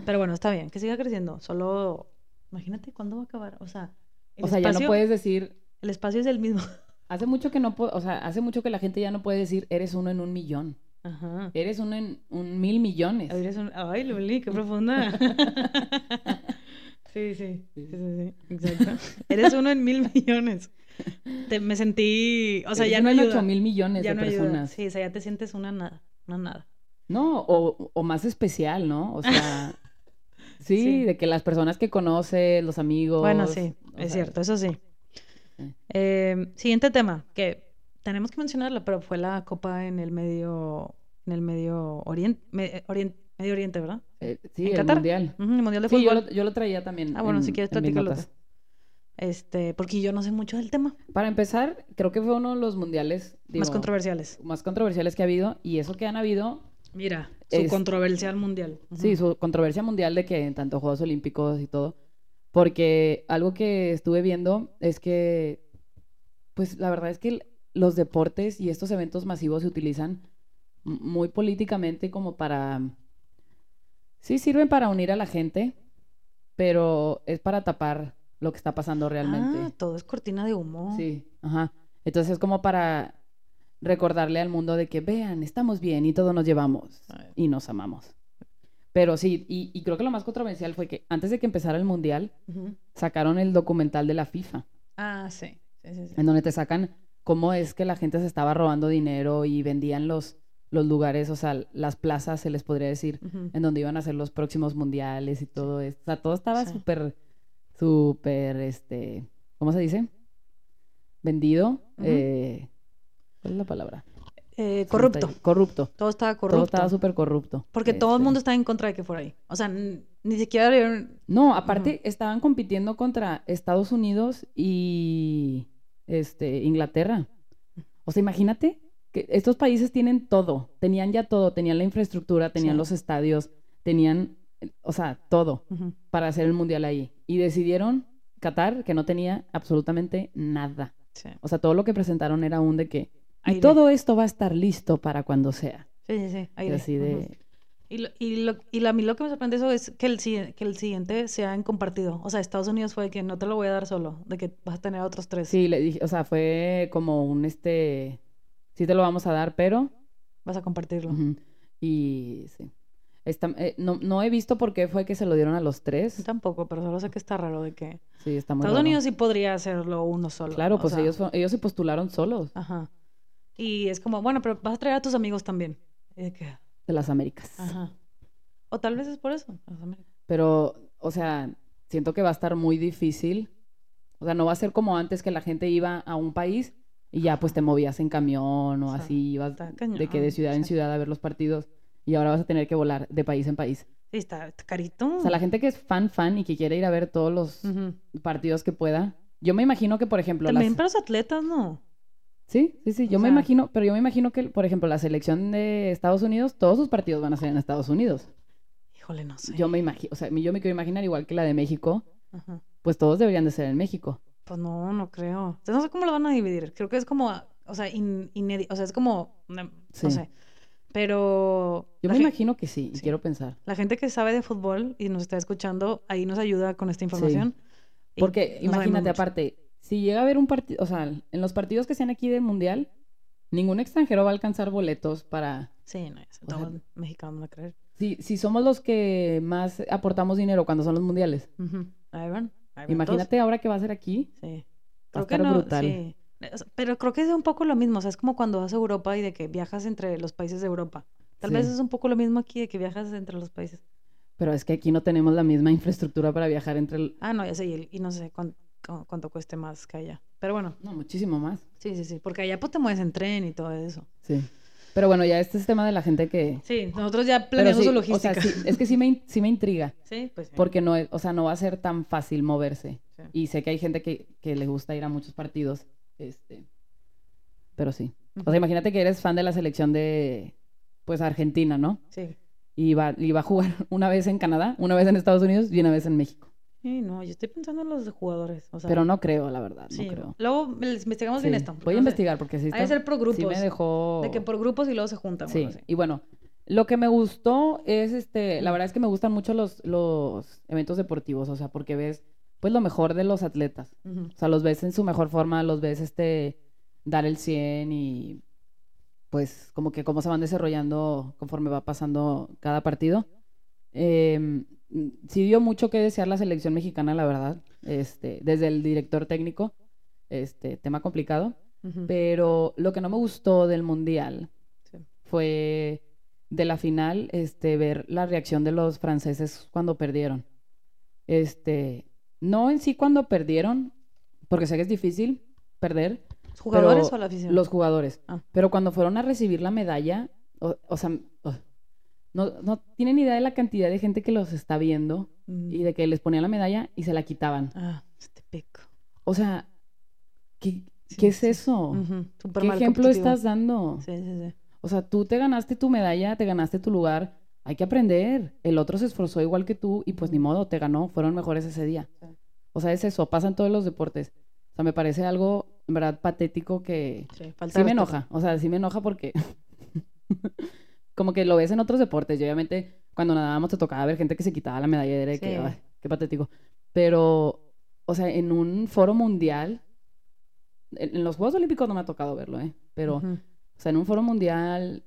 C: Pero bueno, está bien, que siga creciendo. Solo, imagínate cuándo va a acabar. O sea, el,
B: O sea,
C: espacio,
B: ya no puedes decir.
C: el espacio es el mismo.
B: Hace mucho que no po- o sea, hace mucho que la gente ya no puede decir eres uno en un millón.
C: Ajá.
B: Eres uno en un mil millones.
C: A ver, es un- Ay, Luli, qué profunda.
B: <laughs>
C: sí, sí, sí, sí, sí,
B: <laughs>
C: exacto. Eres uno en mil millones. Te- me sentí, o sea,
B: Eres
C: ya
B: uno
C: no
B: en
C: ayuda.
B: ocho mil millones
C: ya
B: de
C: no ayuda.
B: personas.
C: Sí, o sea, ya te sientes una nada, una nada.
B: No, o, o más especial, ¿no? O
C: <laughs>
B: sea, sí,
C: Sí.
B: de que las personas que conoces, los amigos.
C: Bueno, sí,
B: o
C: es
B: sea,
C: cierto, eso sí.
B: sí.
C: Eh, siguiente tema, que tenemos que mencionarla, pero fue la copa en el medio, en el medio oriente, medio oriente, ¿verdad?
B: eh, sí,
C: ¿En
B: el
C: Qatar?
B: mundial.
C: Ujú, el mundial de
B: Sí, yo
C: fútbol.
B: lo, yo lo traía también.
C: Ah, bueno,
B: en-
C: si quieres
B: en mis
C: platícalo
B: notas.
C: Este, porque yo no sé mucho del tema,
B: Para empezar, creo que fue uno de los mundiales digo,
C: más controversiales.
B: más controversiales que ha habido. Y eso que han habido,
C: Mira, su
B: Es-
C: controversial mundial. Ujú.
B: sí, su controversia mundial de que en tanto Juegos Olímpicos y todo. Porque algo que estuve viendo es que, pues la verdad es que el- los deportes y estos eventos masivos se utilizan m- muy políticamente como para... Sí, sirven para unir a la gente, pero es para tapar lo que está pasando
C: Ah,
B: realmente.
C: todo es cortina de humo.
B: Sí, ajá. Entonces es como para recordarle al mundo de que vean, estamos bien y todos nos llevamos
C: Ay.
B: y nos amamos. Pero sí, y, y creo que lo más controversial fue que antes de que empezara el mundial,
C: Ujú.
B: sacaron el documental de la FIFA,
C: Ah, sí. Sí, sí, sí.
B: en donde te sacan cómo es que la gente se estaba robando dinero y vendían los, los lugares, o sea, las plazas, se les podría decir,
C: Ujú.
B: en donde iban a ser los próximos mundiales y todo esto. O sea, todo estaba
C: Sí.
B: súper, súper, este, ¿cómo se dice? Vendido.
C: Ujú.
B: eh, ¿Cuál es la palabra? Se
C: Eh,
B: me
C: corrupto.
B: está- Corrupto.
C: Todo estaba
B: Todo
C: corrupto.
B: estaba súper corrupto.
C: Porque todo el
B: Este,
C: mundo estaba en contra de que fuera ahí. O sea, n- ni siquiera dieron-
B: No, aparte estaban compitiendo contra Estados Unidos y este, Inglaterra. O sea, imagínate que estos países tienen todo, tenían ya todo, tenían la infraestructura, tenían
C: Sí.
B: los estadios, tenían, o sea, todo
C: Ujú.
B: para hacer el mundial ahí. Y decidieron Qatar que no tenía absolutamente nada.
C: Sí.
B: O sea, todo lo que presentaron era un de que y
C: Aire.
B: todo esto va a estar listo para cuando sea.
C: Sí, sí, sí.
B: Y
C: aire.
B: así
C: Ujú.
B: de
C: Y, lo, y, lo- y la- a mí lo que me sorprende eso es que el, si- que el siguiente sea en compartido. O sea, Estados Unidos fue de que no te lo voy a dar solo, de que vas a tener a otros tres.
B: Sí, le dije, o sea, fue como un este sí te lo vamos a dar, pero
C: Vas a compartirlo.
B: Ujú. Y sí. Está- eh, no, no he visto por qué fue que se lo dieron a los tres.
C: Yo Tampoco, pero solo sé que está raro de que
B: Sí, está muy
C: Estados
B: raro.
C: Unidos sí podría hacerlo uno solo.
B: Claro,
C: o
B: pues
C: sea,
B: ellos, fue- ellos se postularon solos
C: Ajá. Y es como, bueno, pero vas a traer a tus amigos también. Y de que,
B: de las Américas.
C: ajá. O tal vez es por eso. los amigos.
B: Pero, o sea, siento que va a estar muy difícil. O sea, no va a ser como antes que la gente iba a un país y ya pues te movías en camión o
C: Sí,
B: así, ibas
C: está
B: de que de
C: cañón,
B: ciudad en
C: sí.
B: ciudad a ver los partidos y ahora vas a tener que volar de país en país.
C: Sí, está, está carito.
B: O sea, la gente que es fan, fan y que quiere ir a ver todos los
C: Mm. Ujú.
B: partidos que pueda. Yo me imagino que, por ejemplo,
C: También
B: las...
C: para los atletas, ¿no?
B: Sí, sí, sí. Yo
C: O
B: me
C: sea-
B: imagino, pero yo me imagino que, por ejemplo, la selección de Estados Unidos, todos sus partidos van a ser en Estados Unidos.
C: Híjole, no sé.
B: Yo me imagino, o sea, yo me quiero imaginar igual que la de México,
C: Ajá.
B: pues todos deberían de ser en México.
C: Pues no, no creo. Entonces, no sé cómo lo van a dividir. Creo que es como, o sea, in- inédi- o sea, es como, no, no
B: Sí.
C: sé, pero
B: Yo
C: la
B: me
C: gen-
B: imagino que sí, y
C: sí.
B: quiero pensar.
C: la gente que sabe de fútbol y nos está escuchando, ahí nos ayuda con esta información. Y
B: Porque
C: no sabemos
B: imagínate,
C: mucho.
B: aparte, si llega a haber un partido, o sea, en los partidos que sean aquí del Mundial, ningún extranjero va a alcanzar boletos para...
C: Sí, no, eso
B: O
C: todo
B: sea-
C: el mexicano no creer.
B: Si, si somos los que más aportamos dinero cuando son los mundiales.
C: Ujú. Ahí van, ahí van todos.
B: Imagínate ahora que va a ser aquí.
C: Sí.
B: Va a
C: Creo que
B: estar
C: no,
B: brutal.
C: sí. O sea, Pero creo que es un poco lo mismo, o sea, es como cuando vas a Europa y de que viajas entre los países de Europa. Tal vez
B: Sí.
C: es un poco lo mismo aquí de que viajas entre los países.
B: Pero es que aquí no tenemos la misma infraestructura para viajar entre... el-
C: Ah, no, ya sé, y, el- y no sé cuán- cu- cuánto cueste más que allá. Pero bueno,
B: No, muchísimo más.
C: sí, sí, sí, porque allá pues te mueves en tren y todo eso.
B: Sí. Pero bueno, ya este es tema de la gente que...
C: Sí, nosotros
B: Pero
C: ya planeamos
B: sí,
C: su
B: o sea,
C: logística.
B: sí, es que sí me, in- sí me intriga,
C: Sí, pues sí.
B: porque no, es- o sea, no va a ser tan fácil moverse.
C: Sí.
B: Y sé que hay gente que, que le gusta ir a muchos partidos, este, pero sí. O sea,
C: Ujú.
B: imagínate que eres fan de la selección de, pues, Argentina, ¿no?
C: Sí.
B: Y va, y va a jugar <laughs> una vez en Canadá, una vez en Estados Unidos y una vez en México.
C: Sí, no, yo estoy pensando en los jugadores, o sea,
B: Pero no creo, la verdad,
C: sí.
B: no creo.
C: Luego les investigamos bien
B: Sí,
C: esto. porque
B: Voy a
C: no sé.
B: investigar porque sí,
C: Hay que
B: está-
C: ser por
B: sí
C: grupos,
B: me dejó...
C: de que por grupos y luego se juntan.
B: Sí,
C: bueno, sí.
B: y bueno, lo que me gustó es este, la verdad es que me gustan mucho los, los eventos deportivos, o sea, porque ves pues lo mejor de los atletas,
C: Ujú.
B: o sea, los ves en su mejor forma, los ves este dar el 100 y pues como que cómo se van desarrollando conforme va pasando cada partido. Em, mm, sí dio mucho que desear la selección mexicana, la verdad, este, desde el director técnico, este, tema complicado.
C: Ujú.
B: Pero lo que no me gustó del mundial
C: Sí.
B: fue de la final, este, ver la reacción de los franceses cuando perdieron. Este, no en sí cuando perdieron, porque sé que es difícil perder
C: ¿Los ¿Jugadores
B: pero
C: o la afición?
B: los jugadores,
C: Ah.
B: pero cuando fueron a recibir la medalla, o, o sea, oh, no, no tienen idea de la cantidad de gente que los está viendo
C: Mm.
B: y de que les ponían la medalla y se la quitaban.
C: Ah, este pico.
B: O sea, ¿qué,
C: Sí,
B: qué es
C: sí.
B: eso?
C: Ujú, súper
B: ¿Qué
C: mal
B: ejemplo
C: competitivo.
B: estás dando?
C: Sí, sí, sí.
B: O sea, tú te ganaste tu medalla, te ganaste tu lugar. Hay que aprender. El otro se esforzó igual que tú y pues ni modo, te ganó. Fueron mejores ese día.
C: Sí.
B: O sea, es eso. Pasan todos los deportes. O sea, me parece algo, en verdad, patético que...
C: Sí, falta
B: Sí
C: de
B: me
C: respeto.
B: enoja. O sea, sí me enoja porque... <laughs> Como que lo ves en otros deportes. Y obviamente, cuando nadábamos te tocaba ver gente que se quitaba la medallera y que...
C: Sí.
B: "Ay, qué patético. Pero, o sea, en un foro mundial... En en los Juegos Olímpicos no me ha tocado verlo, ¿eh? Pero...
C: Ujú.
B: O sea, en un foro mundial,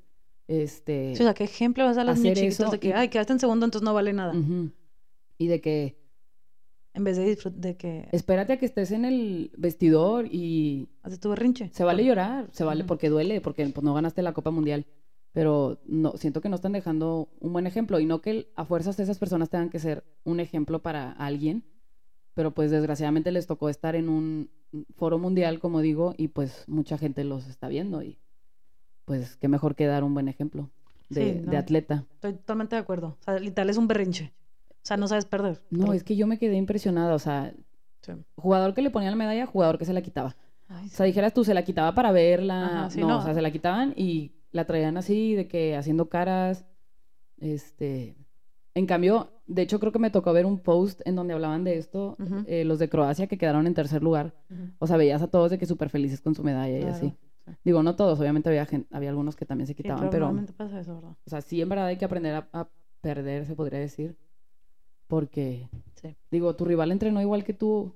B: este,
C: Sí, eh, o sea, ¿qué ejemplo vas a las
B: hacer
C: niñas chiquitas
B: eso
C: de
B: y-
C: que, ay, quedaste en segundo, entonces no vale nada?
B: ujú, y de que
C: En vez de disfrutar, de que
B: espérate a que estés en el vestidor y
C: haces tu berrinche.
B: se vale llorar, se vale
C: Ujú.
B: porque duele, porque pues, no ganaste la Copa Mundial, pero no siento que no están dejando un buen ejemplo y no que el- a fuerzas esas personas tengan que ser un ejemplo para alguien, pero pues desgraciadamente les tocó estar en un foro mundial, como digo, y pues mucha gente los está viendo y pues qué mejor que dar un buen ejemplo de,
C: Sí,
B: de
C: no.
B: atleta.
C: Estoy totalmente de acuerdo. O sea, literal es un berrinche. O sea, no sabes perder.
B: No,
C: Pero-
B: es que yo me quedé impresionada. O sea,
C: Sí.
B: jugador que le ponía la medalla, jugador que se la quitaba.
C: Ay,
B: O sea, dijeras tú, se la quitaba para verla.
C: Ajá, sí,
B: no,
C: no.
B: o sea, se la quitaban y la traían así, de que haciendo caras. Este. En cambio, de hecho, creo que me tocó ver un post en donde hablaban de esto,
C: Ujú.
B: eh, los de Croacia que quedaron en tercer lugar.
C: Ujú.
B: O sea, veías a todos de que súper felices con su medalla y
C: Claro.
B: así.
C: Sí,
B: Digo, no todos, obviamente había, gen- había algunos que también se
C: Sí,
B: quitaban,
C: pero
B: pero.
C: normalmente pasa eso, ¿verdad?
B: O sea, sí, en verdad hay que aprender a, a perder, se podría decir. Porque,
C: Sí.
B: digo, tu rival entrenó igual que tú.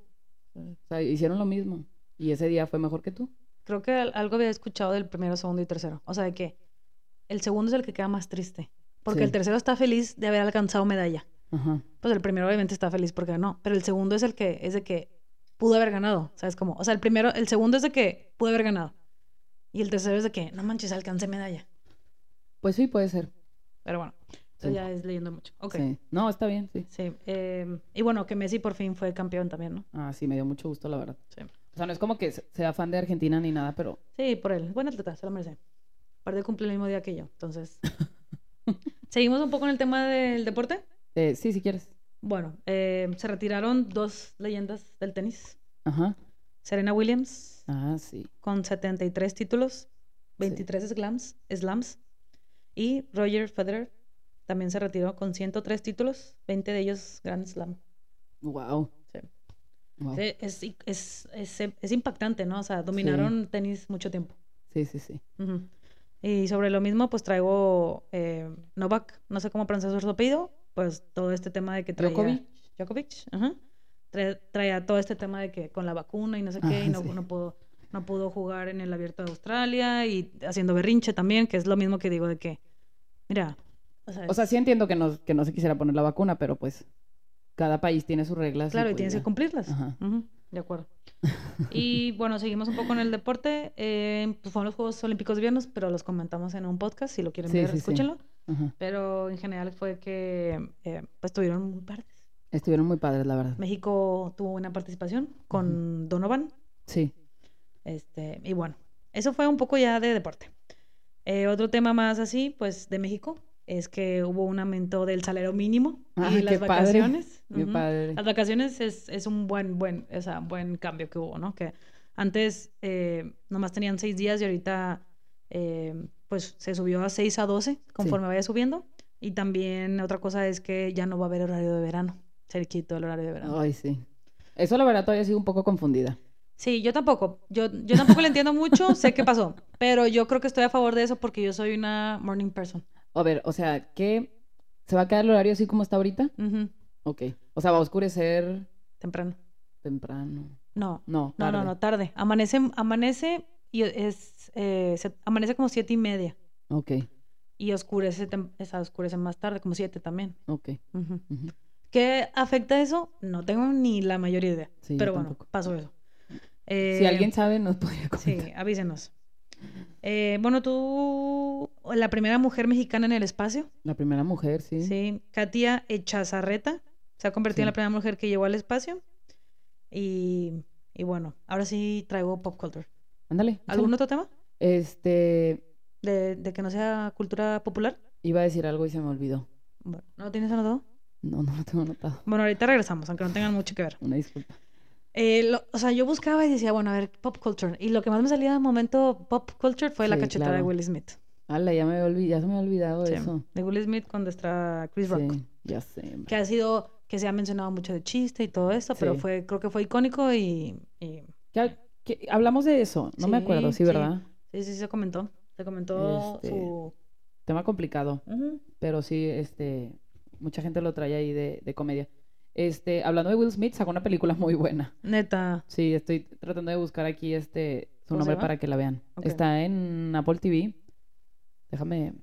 C: Sí.
B: O sea, hicieron lo mismo. Y ese día fue mejor que tú.
C: Creo que al- algo había escuchado del primero, segundo y tercero. O sea, de que el segundo es el que queda más triste. Porque
B: Sí.
C: el tercero está feliz de haber alcanzado medalla.
B: Ajá.
C: Pues el primero obviamente está feliz porque ganó, pero el segundo es el que es de que pudo haber ganado, ¿sabes cómo? O sea, el primero, el segundo es de que pudo haber ganado. Y el tercero es de que, no manches, alcancé medalla.
B: Pues sí, puede ser.
C: Pero bueno, eso
B: Sí.
C: ya es leyendo mucho. Ok. Sí.
B: Sí. No, está bien, sí.
C: eh, y bueno, que Messi por fin fue campeón también, ¿no?
B: Ah, sí, me dio mucho gusto, la verdad.
C: Sí.
B: O sea, no es como que se- sea fan de Argentina ni nada, pero
C: Sí, por él. Buen atleta, se lo merece. Aparte cumple el mismo día que yo, entonces. ¿Seguimos un poco en el tema del deporte?
B: eh, sí, si quieres.
C: Bueno, eh, se retiraron dos leyendas del tenis.
B: Ajá.
C: Serena Williams.
B: Ah, sí.
C: con 73 títulos, 23 slams, slams. Y Roger Federer también se retiró con 103 títulos, 20 de ellos Grand Slam.
B: Wow.
C: Sí.
B: Wow.
C: Sí, Es, es, es- es impactante, ¿no? O sea, dominaron tenis mucho tiempo.
B: Sí, sí, sí.
C: Ujú. Y sobre lo mismo, pues traigo eh, Novak, no sé cómo pronunciar su apellido, pues todo este tema de que traía...
B: Djokovic.
C: Djokovic, ajá. Tra- Traía todo este tema de que con la vacuna y no sé qué,
B: Ah,
C: y no,
B: sí.
C: no pudo, no pudo jugar en el abierto de Australia y haciendo berrinche también, que es lo mismo que digo de que, mira, o sea,
B: O sea, sí entiendo que no, que no se quisiera poner la vacuna, pero pues cada país tiene sus reglas.
C: Claro, y
B: pues,
C: tienes
B: ya.
C: que cumplirlas.
B: Ajá.
C: Ujú,
B: <laughs>
C: de acuerdo. Y bueno, seguimos un poco en el deporte. Eh, pues fueron los Juegos Olímpicos de Viernes, pero los comentamos en un podcast. Si lo quieren
B: Sí,
C: ver,
B: sí, sí.
C: escúchenlo.
B: Ajá.
C: Pero en general fue que eh, pues tuvieron muy partes.
B: Estuvieron muy padres, la verdad.
C: México tuvo una participación con Donovan.
B: Sí.
C: Este, y bueno, eso fue un poco ya de deporte. Eh, otro tema más así, pues de México, es que hubo un aumento del salario mínimo
B: Ah,
C: y las
B: qué padre,
C: vacaciones.
B: Muy
C: Ujú.
B: padre.
C: Las vacaciones es, es un buen, buen, o sea, buen cambio que hubo, ¿no? Que antes eh, nomás tenían seis días y ahorita eh, pues se subió a seis a doce conforme vaya subiendo. Y también otra cosa es que ya no va a haber horario de verano. Se le quitó el horario de verano.
B: Ay, sí. Eso la verdad todavía sigo un poco confundida.
C: Sí, yo tampoco. Yo, yo tampoco le entiendo mucho, sé qué pasó. Pero yo creo que estoy a favor de eso porque yo soy una morning person.
B: A ver, o sea, ¿qué? ¿Se va a quedar el horario así como está ahorita?
C: Ujú,
B: Ok. O sea, va a oscurecer
C: Temprano.
B: temprano.
C: No,
B: No,
C: no, no,
B: tarde.
C: no, tarde. Amanece, amanece y es, eh, se- amanece como siete y media.
B: Ok,
C: Y oscurece, tem- esa oscurece más tarde, como siete también.
B: ok.
C: Ujú.
B: ujú.
C: ¿Qué afecta eso? No tengo ni la mayor idea.
B: Sí, yo
C: pero bueno,
B: tampoco.
C: pasó eso.
B: Si
C: Eh,
B: alguien sabe, nos <laughs> podría comentar.
C: Sí, avísenos. Eh, bueno, tú, la primera mujer mexicana en el espacio,
B: La primera mujer, sí.
C: Sí, Katia Echazarreta se ha convertido en la
B: Sí.
C: primera mujer que llegó al espacio. Y, y bueno, ahora sí traigo pop culture.
B: Ándale. échala.
C: ¿Algún otro tema?
B: Este,
C: De, de que no sea cultura popular.
B: iba a decir algo y se me olvidó.
C: Bueno, ¿no lo tienes anotado?
B: No, no lo tengo anotado.
C: Bueno, ahorita regresamos, aunque no tengan mucho que ver.
B: Una disculpa.
C: Eh, lo- o sea, yo buscaba y decía, bueno, a ver, pop culture. Y lo que más me salía de momento pop culture fue la
B: Sí,
C: cachetada de
B: claro.
C: Will Smith.
B: Ala, ya me olvidé, ya se me ha olvidado
C: Sí,
B: eso.
C: de Will Smith cuando está Chris Rock.
B: Sí, ya sé. hombre.
C: que ha sido, que se ha mencionado mucho de chiste y todo esto, pero
B: Sí.
C: fue, creo que fue icónico y, y
B: Ya- que- hablamos de eso, no me acuerdo, sí,
C: Sí, sí.
B: ¿verdad?
C: Sí, sí, se comentó. Se comentó
B: Este,
C: su...
B: Tema complicado,
C: Ujú.
B: pero sí, este, mucha gente lo trae ahí de, de comedia. Este, hablando de Will Smith, sacó una película muy buena.
C: Neta.
B: Sí, estoy tratando de buscar aquí este su
C: ¿Cómo se
B: nombre
C: llama?
B: para que la vean.
C: Ok.
B: Está en Apple TV. Déjame,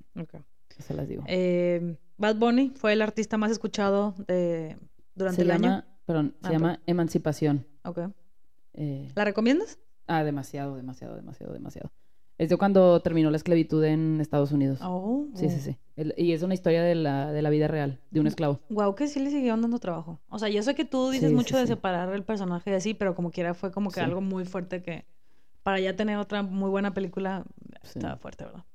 B: se las digo.
C: Eh, Bad Bunny fue el artista más escuchado de, durante
B: se
C: el
B: llama,
C: año.
B: perdón, se
C: Ah,
B: llama Emancipación.
C: Ok.
B: Eh,
C: ¿La recomiendas?
B: Ah, demasiado, demasiado, demasiado, demasiado. Es de cuando terminó la esclavitud en Estados Unidos.
C: Oh. Mm.
B: Sí, sí, sí. El- y es una historia de la, de la vida real, de un esclavo.
C: Wow, que sí le siguieron dando trabajo. O sea, yo sé que tú
B: Sí,
C: dices
B: sí,
C: mucho de
B: sí.
C: separar el personaje de sí, pero como quiera fue como
B: Sí.
C: que algo muy fuerte que para ya tener otra muy buena película
B: Sí.
C: estaba fuerte, ¿verdad?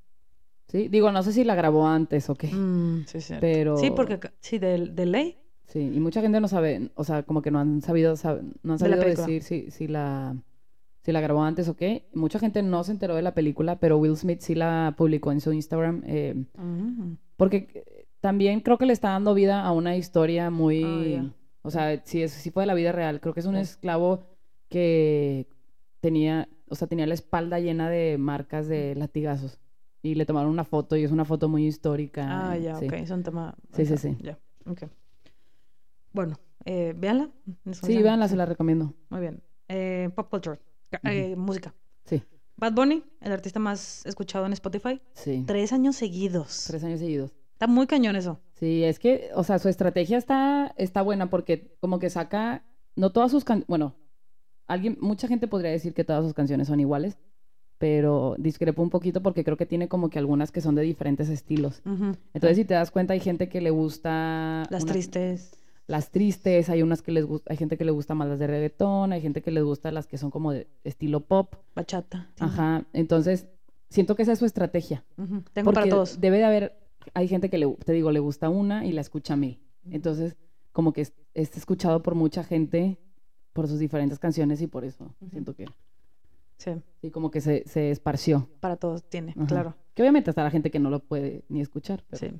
B: Sí, digo, no sé si la grabó antes o qué,
C: Mm, sí, sí.
B: Mm, pero...
C: Sí, porque ca- sí, de, de ley.
B: Sí, y mucha gente no sabe, o sea, como que no han sabido, sab- no han
C: De la
B: sabido
C: película.
B: decir si, si la... Si la grabó antes o qué. Mucha gente no se enteró de la película, pero Will Smith sí la publicó en su Instagram. eh,
C: Ujú.
B: Porque eh, también creo que le está dando vida a una historia muy...
C: Ah, ya.
B: O sea, si, es, si fue de la vida real. Creo que es un
C: Sí.
B: esclavo que tenía, o sea, tenía la espalda llena de marcas de latigazos. Y le tomaron una foto y es una foto muy histórica.
C: Ah,
B: eh,
C: ya,
B: sí.
C: ok. Es un tema.
B: Sí, sí,
C: ok,
B: sí.
C: Ya, ok. Bueno, eh, véanla. ¿les
B: Sí,
C: funciona?
B: véanla, se la recomiendo.
C: Muy bien. Eh, pop culture. Ca- eh, música.
B: Sí,
C: Bad Bunny, el artista más escuchado en Spotify.
B: sí.
C: Tres años seguidos.
B: Tres años seguidos.
C: Está muy cañón eso.
B: Sí, es que, o sea, su estrategia está, está buena porque como que saca, no todas sus canciones, bueno, alguien, mucha gente podría decir que todas sus canciones son iguales, pero discrepo un poquito porque creo que tiene como que algunas que son de diferentes estilos.
C: Ujú.
B: Entonces, si te das cuenta, hay gente que le gusta...
C: Las
B: una-
C: tristes.
B: Las tristes, hay unas que les gusta, hay gente que le gusta más las de reggaetón, hay gente que les gusta las que son como de estilo pop.
C: Bachata. sí.
B: Ajá, entonces, siento que esa es su estrategia.
C: Ujú. Tengo para
B: Porque
C: todos.
B: Debe de haber, hay gente que le, te digo, le gusta una y la escucha mil. Entonces, como que es, es escuchado por mucha gente por sus diferentes canciones y por eso
C: Ujú.
B: siento que
C: Sí,
B: sí, como que se, se esparció.
C: para todos tiene,
B: Ajá.
C: claro.
B: Que obviamente está la gente que no lo puede ni escuchar. pero-
C: Sí.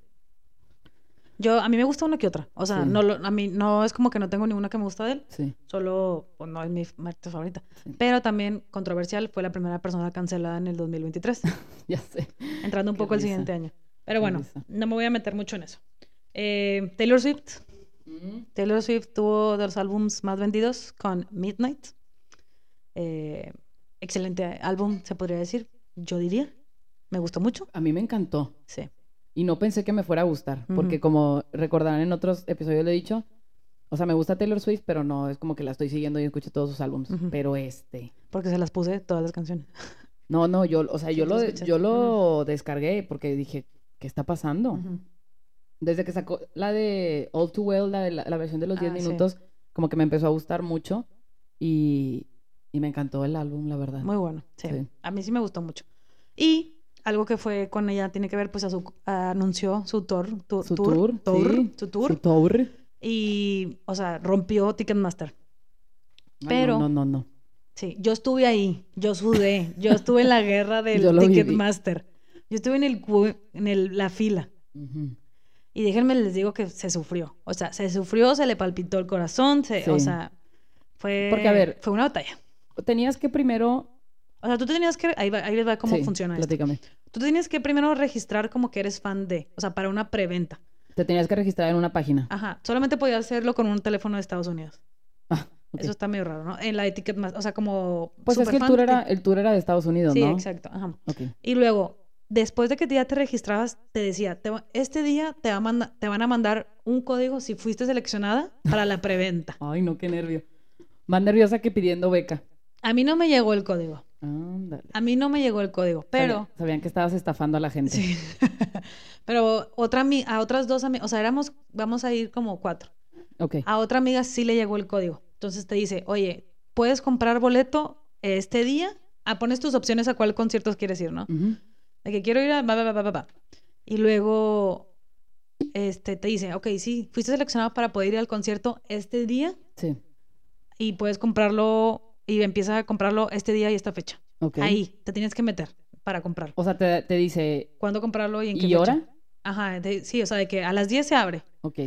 C: Yo, a mí me gusta una que otra. O sea,
B: Sí.
C: no, lo- a mí no es como que no tengo ninguna que me gusta de él.
B: Sí. <laughs>
C: Solo, pues no es mi marca favorita.
B: Sí.
C: Pero también controversial, fue la primera persona cancelada en el 2023,
B: Ya sé.
C: entrando
B: <laughs>
C: un
B: Qué
C: poco al
B: risa.
C: siguiente año. Pero
B: Qué
C: bueno,
B: risa.
C: no me voy a meter mucho en eso. Eh, Taylor Swift. Taylor Swift tuvo de los álbums más vendidos con Midnight. Eh, excelente álbum, se podría decir. Yo diría. Me gustó mucho.
B: A mí me encantó.
C: Sí.
B: Y no pensé que me fuera a gustar. Porque
C: Ujú.
B: como recordarán en otros episodios lo he dicho, o sea, me gusta Taylor Swift, pero no es como que la estoy siguiendo y escucho todos sus álbumes.
C: Ujú.
B: Pero este...
C: Porque se las puse todas las canciones.
B: No, no, yo, o sea,
C: Sí,
B: yo
C: tú
B: lo,
C: escuchaste.
B: yo lo descargué porque dije, ¿qué está pasando?
C: Ujú.
B: Desde que sacó la de All Too Well, la, de la, la versión de los 10
C: Ah, sí.
B: minutos, como que me empezó a gustar mucho y, y me encantó el álbum, la verdad.
C: Muy bueno. Sí.
B: Sí.
C: A mí sí me gustó mucho. Y algo que fue con ella tiene que ver, pues a su, a- anunció su tour. tu-
B: Su tour,
C: tour, tour,
B: sí.
C: su tour.
B: Su tour.
C: Y, o sea, rompió Ticketmaster.
B: Ay,
C: Pero-
B: No, no, no. no.
C: Sí, yo estuve ahí, yo sudé, yo estuve en la
B: <laughs>
C: guerra
B: Yo
C: del
B: lo viví.
C: Ticketmaster. Yo estuve en el cu- en el- la fila.
B: Ujú.
C: Y déjenme les digo que se sufrió. O sea, se sufrió, se le palpitó el corazón, se- o
B: Sí.
C: sea, fue
B: Porque, a ver-
C: fue una batalla.
B: Tenías que primero...
C: O sea, tú te tenías que ahí va, ahí les va cómo
B: Sí,
C: funciona esto.
B: platícame.
C: Tú te tenías que primero registrar como que eres fan de, o sea, para una preventa.
B: Te tenías que registrar en una página.
C: Ajá, solamente podías hacerlo con un teléfono de Estados Unidos.
B: Ah, ok.
C: Eso está medio raro, ¿no? En la de Ticketmaster, o sea, como
B: Pues es que el
C: superfan,
B: tour,
C: te-
B: era, el tour era de Estados Unidos,
C: Sí,
B: ¿no?
C: exacto, ajá.
B: Ok.
C: Y luego, después de que ya te registrabas, te decía, te va- este día te, va a manda- te van a mandar un código si fuiste seleccionada para la preventa.
B: Ay, no, qué nervio. Más nerviosa que pidiendo beca.
C: A mí no me llegó el código.
B: Ándale.
C: A mí no me llegó el código, pero...
B: Sabía- Sabían que estabas estafando a la gente.
C: <laughs> Sí. pero otra, ami- a otras dos amigas, o sea, éramos, vamos a ir como cuatro.
B: Ok.
C: A otra amiga sí le llegó el código. Entonces te dice, oye, puedes comprar boleto este día. Ah, pones tus opciones a cuál conciertos quieres ir, ¿no?
B: Ujú.
C: De que quiero ir a... va, va, va, va, va, va. Y luego este, te dice, ok, sí, fuiste seleccionado para poder ir al concierto este día
B: Sí.
C: y puedes comprarlo y empieza a comprarlo este día y esta fecha.
B: Ok.
C: Ahí, te tienes que meter para comprarlo.
B: O sea, te, te dice,
C: ¿Cuándo comprarlo y en qué
B: ¿y
C: fecha?
B: ahora?
C: Ajá, de- sí, o sea, de que a las 10 se abre.
B: Ok.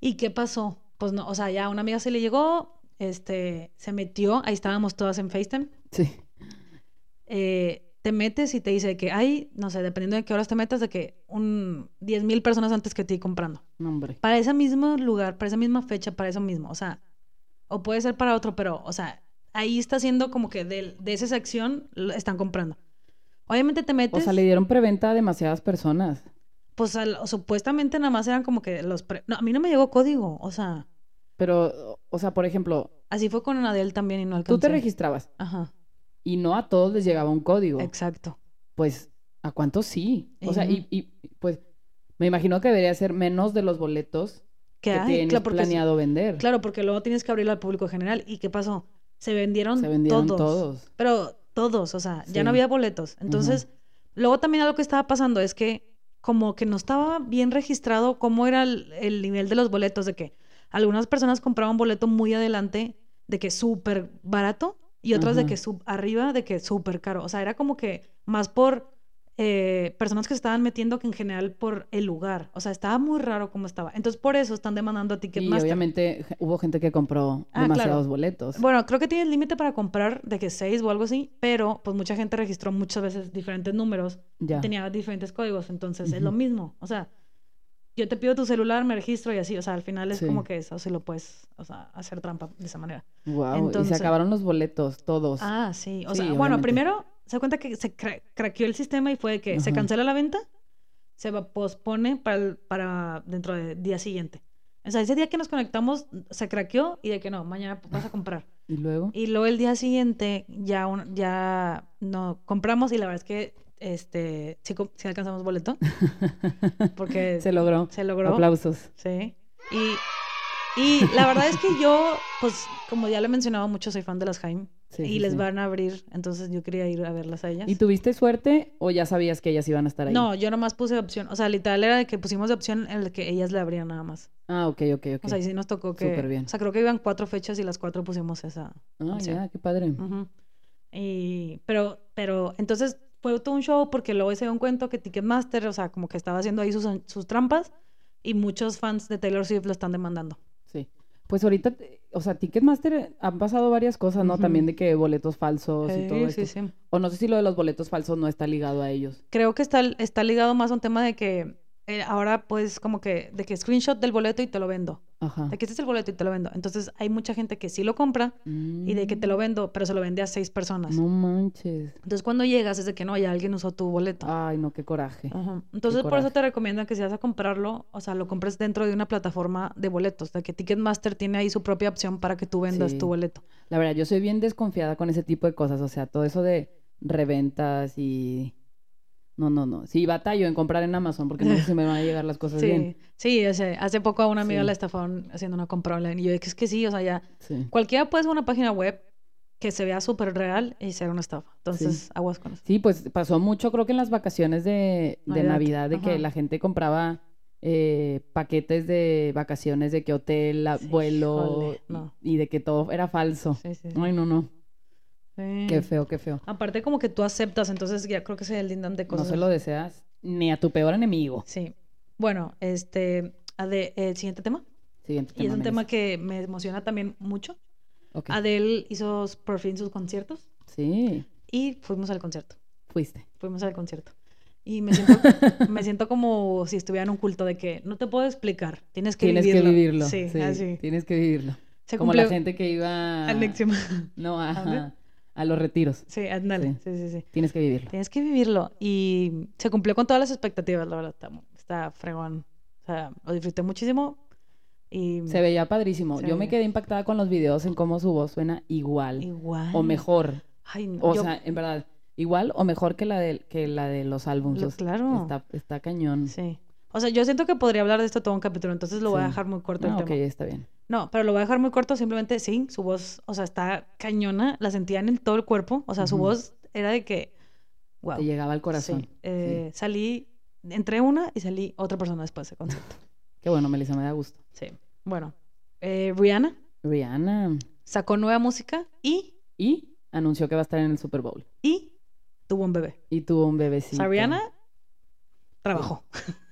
C: ¿Y qué pasó? Pues no, o sea, ya a una amiga se le llegó, este, se metió, ahí estábamos todas en FaceTime.
B: Sí.
C: eh, te metes y te dice que hay, no sé, dependiendo de qué horas te metas, de que un 10 mil personas antes que ti comprando.
B: No, hombre.
C: Para ese mismo lugar, para esa misma fecha, para eso mismo. O sea, o puede ser para otro, pero, o sea, ahí está siendo como que del- de, esa sección lo están comprando. Obviamente te
B: O
C: metes,
B: sea, le dieron preventa a demasiadas personas.
C: pues al- supuestamente nada más eran como que los... pre- No, a mí no me llegó código, o sea,
B: Pero, o sea, por ejemplo,
C: así fue con Adele también y no alcanzó.
B: tú te registrabas
C: Ajá,
B: y no a todos les llegaba un código.
C: exacto.
B: Pues, ¿a cuántos sí? O sea,
C: Ujú.
B: y, y pues me imagino que debería ser menos de los boletos
C: ¿Qué
B: que
C: hay?
B: tienes
C: Claro, porque-
B: planeado vender.
C: Claro, porque luego tienes que abrirlo al público general. ¿Y qué pasó? Se vendieron,
B: Se vendieron todos.
C: Pero todos, o sea, ya
B: Sí.
C: no había boletos. Entonces, luego también algo que estaba pasando es que como que no estaba bien registrado cómo era el, el nivel de los boletos, de que algunas personas compraban boleto muy adelante, de que súper barato, y otras de
B: Ajá.
C: que sub arriba, de que súper caro. O sea, era como que más por eh, personas que se estaban metiendo que en general por el lugar. O sea, estaba muy raro cómo estaba. Entonces, por eso están demandando a
B: Y
C: Ticketmaster.
B: obviamente je- hubo gente que compró
C: Ah,
B: demasiados
C: claro.
B: boletos.
C: Bueno, creo que tienes límite para comprar de que seis o algo así, pero pues mucha gente registró muchas veces diferentes números,
B: ya.
C: tenía diferentes códigos, entonces es lo
B: Ujú.
C: mismo. O sea, yo te pido tu celular, me registro y así, o sea, al final es
B: Sí.
C: como que eso sí lo puedes, o sea, hacer trampa de esa manera.
B: Wow. Y
C: entonces-
B: se acabaron los boletos, todos.
C: Ah, sí, o
B: Sí,
C: sea, bueno,
B: obviamente.
C: primero se cuenta que se cra- craqueó el sistema y fue de que se
B: Ajá.
C: cancela la venta, se va- pospone para, el- para dentro del día siguiente. O sea, ese día que nos conectamos se craqueó y de que no, mañana vas a comprar.
B: Y luego.
C: Y luego el día siguiente ya, un- ya no compramos y la verdad es que este sí, com- sí alcanzamos
B: <laughs>
C: boleto porque
B: se
C: se,
B: logró.
C: logró.
B: Aplausos.
C: Sí. Y, y la verdad es que yo, pues como ya lo he mencionado mucho, soy fan de las Jaime
B: Sí,
C: y
B: sí,
C: les
B: sí.
C: van a abrir, entonces yo quería ir a verlas a ellas.
B: ¿Y tuviste suerte o ya sabías que ellas iban a estar ahí?
C: No, yo nomás puse opción, o sea, literal era de que pusimos de opción en la que ellas le abrían nada más.
B: Ah, ok, ok, ok.
C: O sea, y sí nos tocó que...
B: Súper bien.
C: O sea, creo que iban cuatro fechas y las cuatro pusimos esa,
B: ah,
C: sí.
B: ya, qué padre.
C: Ujú. Y, pero, pero, entonces fue todo un show porque luego se dio un cuento que Ticketmaster, o sea, como que estaba haciendo ahí sus, sus trampas Y muchos fans de Taylor Swift lo están demandando.
B: Sí. Pues ahorita, te- o sea, Ticketmaster eh, han pasado varias cosas, ¿no?
C: Ujú.
B: También de que boletos falsos y todo
C: Sí,
B: esto.
C: sí, sí.
B: O no sé si lo de los boletos falsos no está ligado a ellos.
C: Creo que está, está ligado más a un tema de que eh, ahora pues como que de que screenshot del boleto y te lo vendo.
B: Ajá.
C: De que este es el boleto y te lo vendo. Entonces hay mucha gente que sí lo compra y de que te lo vendo, pero se lo vende a seis personas.
B: Mm. No manches.
C: Entonces cuando llegas es de que no, ya alguien usó tu boleto.
B: Ay, no, qué coraje.
C: Ajá. Entonces, por eso
B: coraje.
C: te recomiendan que si vas a comprarlo, o sea, lo compres dentro de una plataforma de boletos. O sea, que Ticketmaster tiene ahí su propia opción para que tú vendas
B: Sí.
C: tu boleto.
B: La verdad, yo soy bien desconfiada con ese tipo de cosas. O sea, todo eso de reventas y. No, no, no. Sí, batallo en comprar en Amazon porque no sé si me van a llegar las cosas
C: <laughs> Sí,
B: bien.
C: sí, o sea, hace poco a una amiga
B: Sí.
C: la estafaron haciendo una compra online. Y yo, es que sí, o sea, ya
B: Sí.
C: cualquiera puede hacer una página web que se vea súper real y ser una estafa. Entonces, aguas con eso.
B: Sí, pues pasó mucho, creo que en las vacaciones de, de
C: Navidad,
B: Navidad, de que
C: ajá.
B: la gente compraba eh, paquetes de vacaciones, de que hotel, a-
C: Sí,
B: vuelo
C: híjole,
B: y-
C: no.
B: y, de que todo era falso.
C: Sí, sí, sí.
B: Ay, no, no.
C: Sí.
B: Qué feo, qué feo.
C: Aparte, como que tú aceptas, entonces ya creo que se lindan de
B: No
C: cosas.
B: se lo deseas ni a tu peor enemigo.
C: Sí. Bueno, este, a de, el siguiente tema.
B: Siguiente
C: Y es un tema
B: Melissa.
C: que me emociona también mucho.
B: Ok.
C: Adele hizo s- por fin sus conciertos
B: Sí,
C: y fuimos al concierto.
B: fuiste.
C: Fuimos al concierto. Y me
B: <laughs>
C: siento, me siento como si estuviera en un culto de que no te puedo explicar, tienes que
B: Tienes
C: vivirlo.
B: que vivirlo.
C: Sí,
B: sí,
C: así.
B: Tienes que vivirlo.
C: Se
B: Como la
C: cumplió-
B: gente que iba
C: al Nexium.
B: No,
C: ¿A dónde?
B: ajá, a los retiros.
C: Sí, ándale.
B: Sí.
C: Sí. sí, sí,
B: Tienes que vivirlo.
C: Tienes que vivirlo. Y se cumplió con todas las expectativas, la verdad. Está, está fregón. O sea, lo disfruté muchísimo. Y
B: Se veía padrísimo.
C: Se
B: Yo me
C: veía.
B: quedé impactada con los videos en cómo su voz suena igual
C: igual.
B: o mejor.
C: Ay, no,
B: O
C: yo-
B: sea, en verdad, igual o mejor que la de, que la de los álbumes.
C: Lo-
B: O sea,
C: claro.
B: Está, está cañón.
C: Sí. O sea, yo siento que podría hablar de esto todo un capítulo, entonces lo voy a
B: Sí.
C: dejar muy corto el
B: Ah, ok,
C: tema.
B: está bien.
C: No, pero lo voy a dejar muy corto, simplemente sí, su voz, o sea, está cañona, la sentía en el- todo el cuerpo, o sea, su
B: Ujú.
C: voz era de que, wow.
B: Te llegaba al corazón.
C: Sí. Eh, Salí, entré una y salí otra persona después
B: <laughs>
C: de concierto.
B: Qué bueno, Melissa, me da gusto.
C: Sí. Bueno, eh, Rihanna
B: Rihanna.
C: sacó nueva música y,
B: Y anunció que va a estar en el Super Bowl.
C: y tuvo un bebé.
B: Y tuvo un bebecito.
C: O sea, Rihanna trabajó,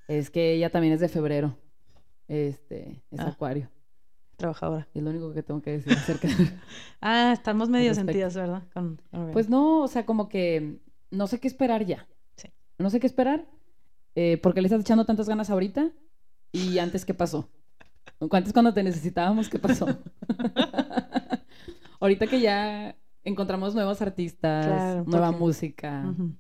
B: Es que ella también es de febrero. Este, es
C: Ah.
B: acuario.
C: <laughs> trabajadora.
B: Es lo único que tengo que decir acerca de...
C: <laughs> Ah, estamos medio
B: respecto.
C: sentidas, ¿verdad? Con- con Rihanna.
B: Pues no, o sea, como que no sé qué esperar ya.
C: Sí.
B: No sé qué esperar eh, porque le estás echando tantas ganas ahorita y antes qué pasó. Antes cuando te necesitábamos, ¿qué pasó? <laughs> ahorita que ya encontramos nuevos artistas,
C: Claro,
B: nueva
C: porque-
B: música.
C: Ujú.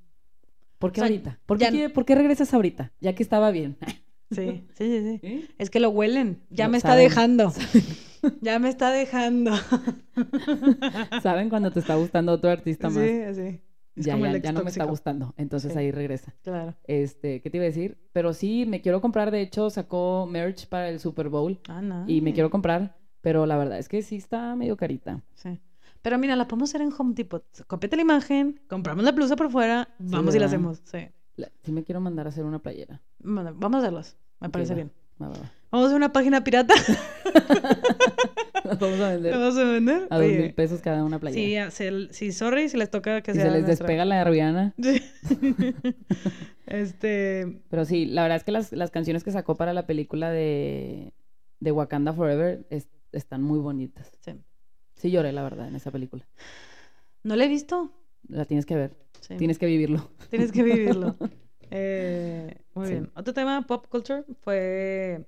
B: ¿Por qué
C: O sea,
B: ahorita? ¿Por qué,
C: ya-
B: quiere- por qué regresas ahorita? Ya que estaba bien. <laughs>
C: Sí, sí, sí, sí.
B: ¿Eh?
C: Es que lo huelen. Ya
B: Lo
C: me está
B: saben. <laughs>
C: dejando. Ya me está dejando.
B: Saben cuando te está gustando otro artista más.
C: Sí, así. Es
B: Ya,
C: como el
B: ya,
C: ex
B: ya no me está
C: tóxico.
B: gustando. Entonces
C: Sí.
B: ahí regresa.
C: Claro.
B: Este, ¿qué te iba a decir? Pero sí, me quiero comprar. De hecho, sacó merch para el Super Bowl
C: Ah, no.
B: y me quiero comprar. Pero la verdad es que sí está medio carita.
C: Sí. Pero mira, la podemos hacer en Home Depot. Copiate la imagen, compramos la blusa por fuera, vamos y la
B: ¿verdad?
C: hacemos. Sí.
B: La- sí me quiero mandar a hacer una playera.
C: Bueno, vamos a hacerlas. Me
B: Ok,
C: parece
B: va.
C: bien.
B: Va, va, <laughs> va.
C: Vamos a hacer una página pirata.
B: Nos vamos a
C: La
B: vender
C: <laughs> vamos a vender.
B: a dos
C: Oye,
B: mil pesos cada una
C: Sí,
B: playera.
C: ya, se- sí, sorry si les toca que
B: si
C: sea
B: se les
C: nuestra. <laughs>
B: despega la de Rihanna.
C: este.
B: Pero sí, la verdad es que las, las canciones que sacó para la película de, de Wakanda Forever es- están muy bonitas.
C: sí.
B: Sí lloré, la verdad, en esa película.
C: No la he visto.
B: La tienes que ver.
C: Sí.
B: Tienes que vivirlo.
C: Tienes
B: <laughs>
C: que vivirlo. Eh, muy
B: Sí.
C: bien. Otro tema pop culture fue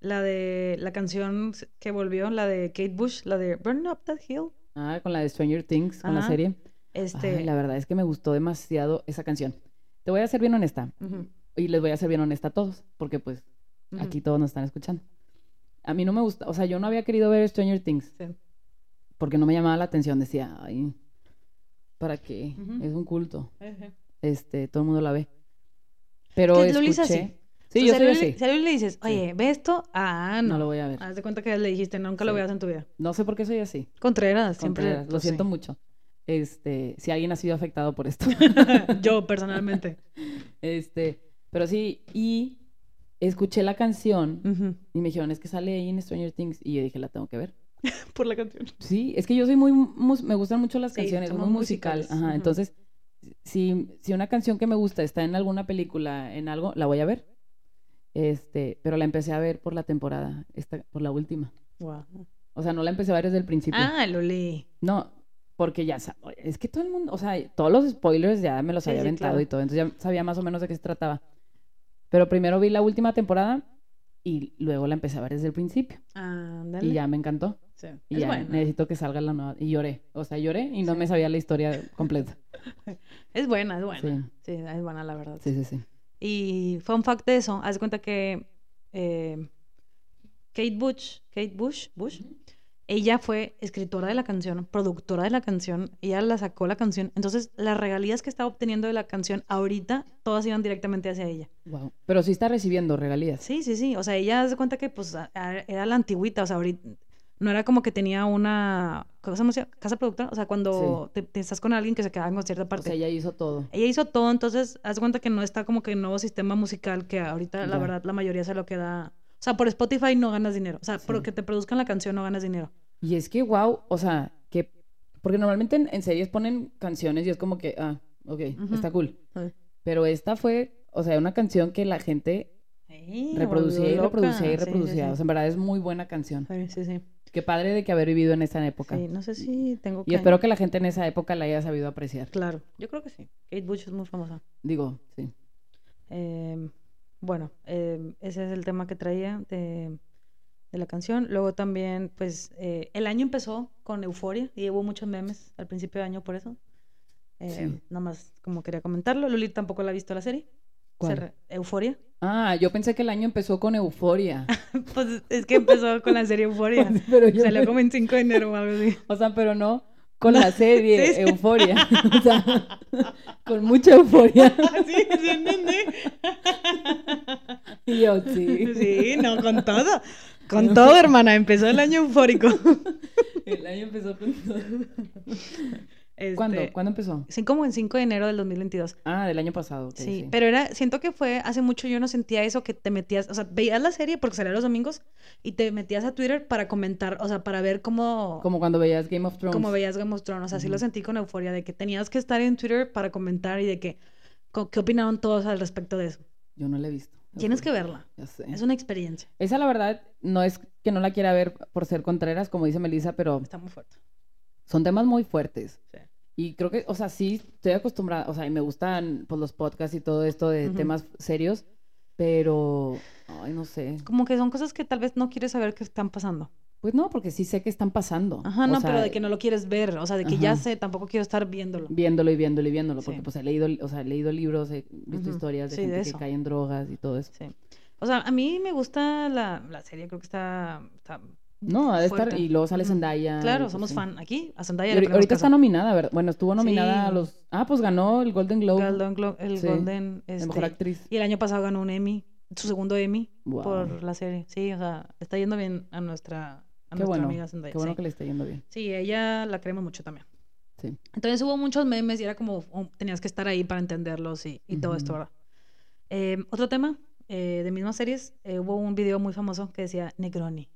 C: la de la canción que volvió, la de Kate Bush, la de Burn Up That Hill.
B: Ah, con la de Stranger Things, con la
C: Ajá.
B: serie.
C: Este,
B: Ay, la verdad es que me gustó demasiado esa canción. Te voy a ser bien honesta
C: ujú,
B: y les voy a ser bien honesta a todos, porque pues
C: ujú.
B: aquí todos nos están escuchando. A mí no me gusta, o sea, yo no había querido ver Stranger Things
C: Sí.
B: porque no me llamaba la atención, decía, ay, ¿para qué?
C: Ujú.
B: Es un culto.
C: Ajá.
B: Este, todo el mundo la ve. Pero
C: que lo hice
B: escuché.
C: así.
B: Sí,
C: Tú
B: yo soy
C: salió y
B: así.
C: le- salió y le dices, oye, ve esto. Ah, no.
B: No lo voy a ver.
C: Haz de cuenta que le dijiste, nunca lo
B: Sí.
C: veas en tu vida.
B: No sé por qué soy así.
C: Contreras, siempre.
B: Contreras, lo
C: pues, sí. <laughs>
B: siento mucho. Este, si alguien ha sido afectado por esto.
C: Yo, personalmente.
B: Este, pero sí, y escuché la canción
C: Ujú.
B: y me dijeron, es que sale ahí en Stranger Things. Y yo dije, la tengo que ver.
C: Por la canción.
B: Sí, es que yo soy muy, mus- me gustan mucho las
C: Sí,
B: canciones, soy
C: somos
B: muy musical.
C: musicales,
B: Ajá,
C: ujú.
B: entonces, si, si una canción que me gusta está en alguna película, en algo, la voy a ver. Este, pero la empecé a ver por la temporada, esta, por la última.
C: Wow.
B: O sea, no la empecé a ver desde el principio.
C: Ah, lo leí.
B: No, porque ya sab- es que todo el mundo, o sea, todos los spoilers ya me los
C: Sí,
B: había
C: sí,
B: aventado
C: claro.
B: y todo, entonces ya sabía más o menos de qué se trataba. Pero primero vi la última temporada y luego la empecé a ver desde el principio
C: Ándale.
B: y ya me encantó.
C: Sí.
B: Y
C: Es
B: ya
C: buena.
B: necesito que salga la nueva. Y lloré, o sea, lloré y no
C: Sí.
B: me sabía la historia
C: <laughs>
B: completa.
C: Es buena, es buena. Sí. es buena, la verdad.
B: Sí, sí, sí.
C: Y fun fact de eso, haz de cuenta que eh, Kate Bush, Kate Bush, Bush, ella fue escritora de la canción, productora de la canción, ella la sacó la canción, entonces las regalías que estaba obteniendo de la canción ahorita, todas iban directamente hacia ella.
B: Wow. Pero sí está recibiendo regalías.
C: Sí, sí, sí. O sea, ella se cuenta que pues a- a- era la antigüita, o sea, ahorita no era como que tenía una cosa, musea- casa productora, o sea, cuando te, te estás con alguien que se quedaba en cierta
B: O
C: parte.
B: sea,
C: ella...
B: ella hizo todo.
C: hizo todo, entonces haz de cuenta que no está como que el nuevo sistema musical que ahorita la
B: Ya.
C: verdad la mayoría se lo queda. O sea, por Spotify no ganas dinero, o sea,
B: Sí.
C: porque te produzcan la canción no ganas dinero.
B: Y es que, wow, o sea, que. Porque normalmente en, en series ponen canciones y es como que, ah, ok,
C: Ujú.
B: está cool.
C: Sí.
B: Pero esta fue, o sea, una canción que la gente reproducía y reproducía y reproducía. O sea, en verdad es muy buena canción.
C: Sí, sí, sí.
B: Qué padre de que haber vivido en esa época.
C: Sí, no sé si tengo
B: Y espero que la gente en esa época la haya sabido apreciar.
C: Claro, yo creo que sí. Kate Bush es muy famosa.
B: Digo, sí.
C: Em, bueno, em, ese es el tema que traía de, de la canción. Luego también, pues, eh, el año empezó con Euforia y hubo muchos memes al principio de año por eso. Em,
B: Sí.
C: Nada más como quería comentarlo. Luli tampoco la ha visto la serie.
B: ¿Cuál?
C: Euforia. <laughs>
B: Ah, yo pensé que el año empezó con euforia.
C: Pues es que empezó con la serie Euforia.
B: <laughs> pero yo
C: Salió
B: me-
C: como en 5 de enero o algo
B: <laughs>
C: así.
B: O sea, pero no con la serie
C: <laughs> Sí, sí.
B: euforia. <laughs> O sea, con mucha euforia.
C: Así, <laughs> sí, entendí.
B: Y yo, sí.
C: Sí, no, con todo. Con todo, hermana. Empezó el año eufórico.
B: El año empezó con todo. <laughs> ¿Cuándo?
C: Este,
B: ¿Cuándo empezó?
C: Sí, como en 5 de enero del 2022.
B: Ah, del año pasado. ok,
C: Sí,
B: sí.
C: pero era, siento que fue hace mucho yo no sentía eso que te metías, o sea, veías la serie porque salía los domingos y te metías a Twitter para comentar, o sea, para ver cómo,
B: Como cuando veías Game of Thrones.
C: cómo veías Game of Thrones, o sea, sí lo
B: Ujú.
C: sentí con euforia de que tenías que estar en Twitter para comentar y de que co- qué opinaron todos al respecto de eso.
B: Yo no la he visto.
C: Tienes que verla,
B: Ya sé.
C: es una experiencia,
B: Esa, la verdad, no es que no la quiera ver por ser Contreras, como dice Melissa, pero
C: está muy fuerte.
B: son temas muy fuertes.
C: Sí.
B: Y creo que, o sea, sí estoy acostumbrada, o sea, y me gustan pues, los podcasts y todo esto de
C: Ujú.
B: temas serios, pero, ay, no sé.
C: Como que son cosas que tal vez no quieres saber que están pasando.
B: Pues no, porque sí sé que están pasando.
C: Ajá,
B: O
C: no,
B: sea,
C: pero de que no lo quieres ver, o sea, de que ya
B: Ajá.
C: sé, tampoco quiero estar viéndolo.
B: Viéndolo y viéndolo y viéndolo,
C: Sí.
B: porque pues he leído, o sea, he leído libros, he visto
C: Ujú.
B: historias de
C: Sí, de
B: gente que
C: eso.
B: cae en drogas y todo eso.
C: Sí. O sea, a mí me gusta la, la serie, creo que está... está
B: No, ha de estar,
C: fuerte.
B: y luego sale
C: Ujú.
B: Zendaya. y,
C: Claro,
B: pues,
C: somos
B: sí.
C: fan. Aquí, a
B: Y
C: Zendaya le
B: ahori-
C: ponemos
B: ahorita está
C: casa.
B: nominada, ¿verdad? Bueno, estuvo nominada a
C: Sí.
B: los... Ah, pues ganó el Golden Globe,
C: Golden Glo- el
B: Sí,
C: Golden...
B: de
C: este,
B: Mejor Actriz.
C: Y el año pasado ganó un Emmy, su segundo Emmy,
B: Wow.
C: por la serie. Sí, o sea, está yendo bien a nuestra, a
B: Qué
C: nuestra
B: bueno,
C: amiga Zendaya.
B: qué bueno
C: sí.
B: que le está yendo bien.
C: Sí, ella la queremos mucho también.
B: Sí.
C: Entonces hubo muchos memes y era como, um, tenías que estar ahí para entenderlos y, y todo esto,
B: Ujú.
C: ¿verdad? Eh, otro tema eh, de mismas series, eh, hubo un video muy famoso que decía Negroni,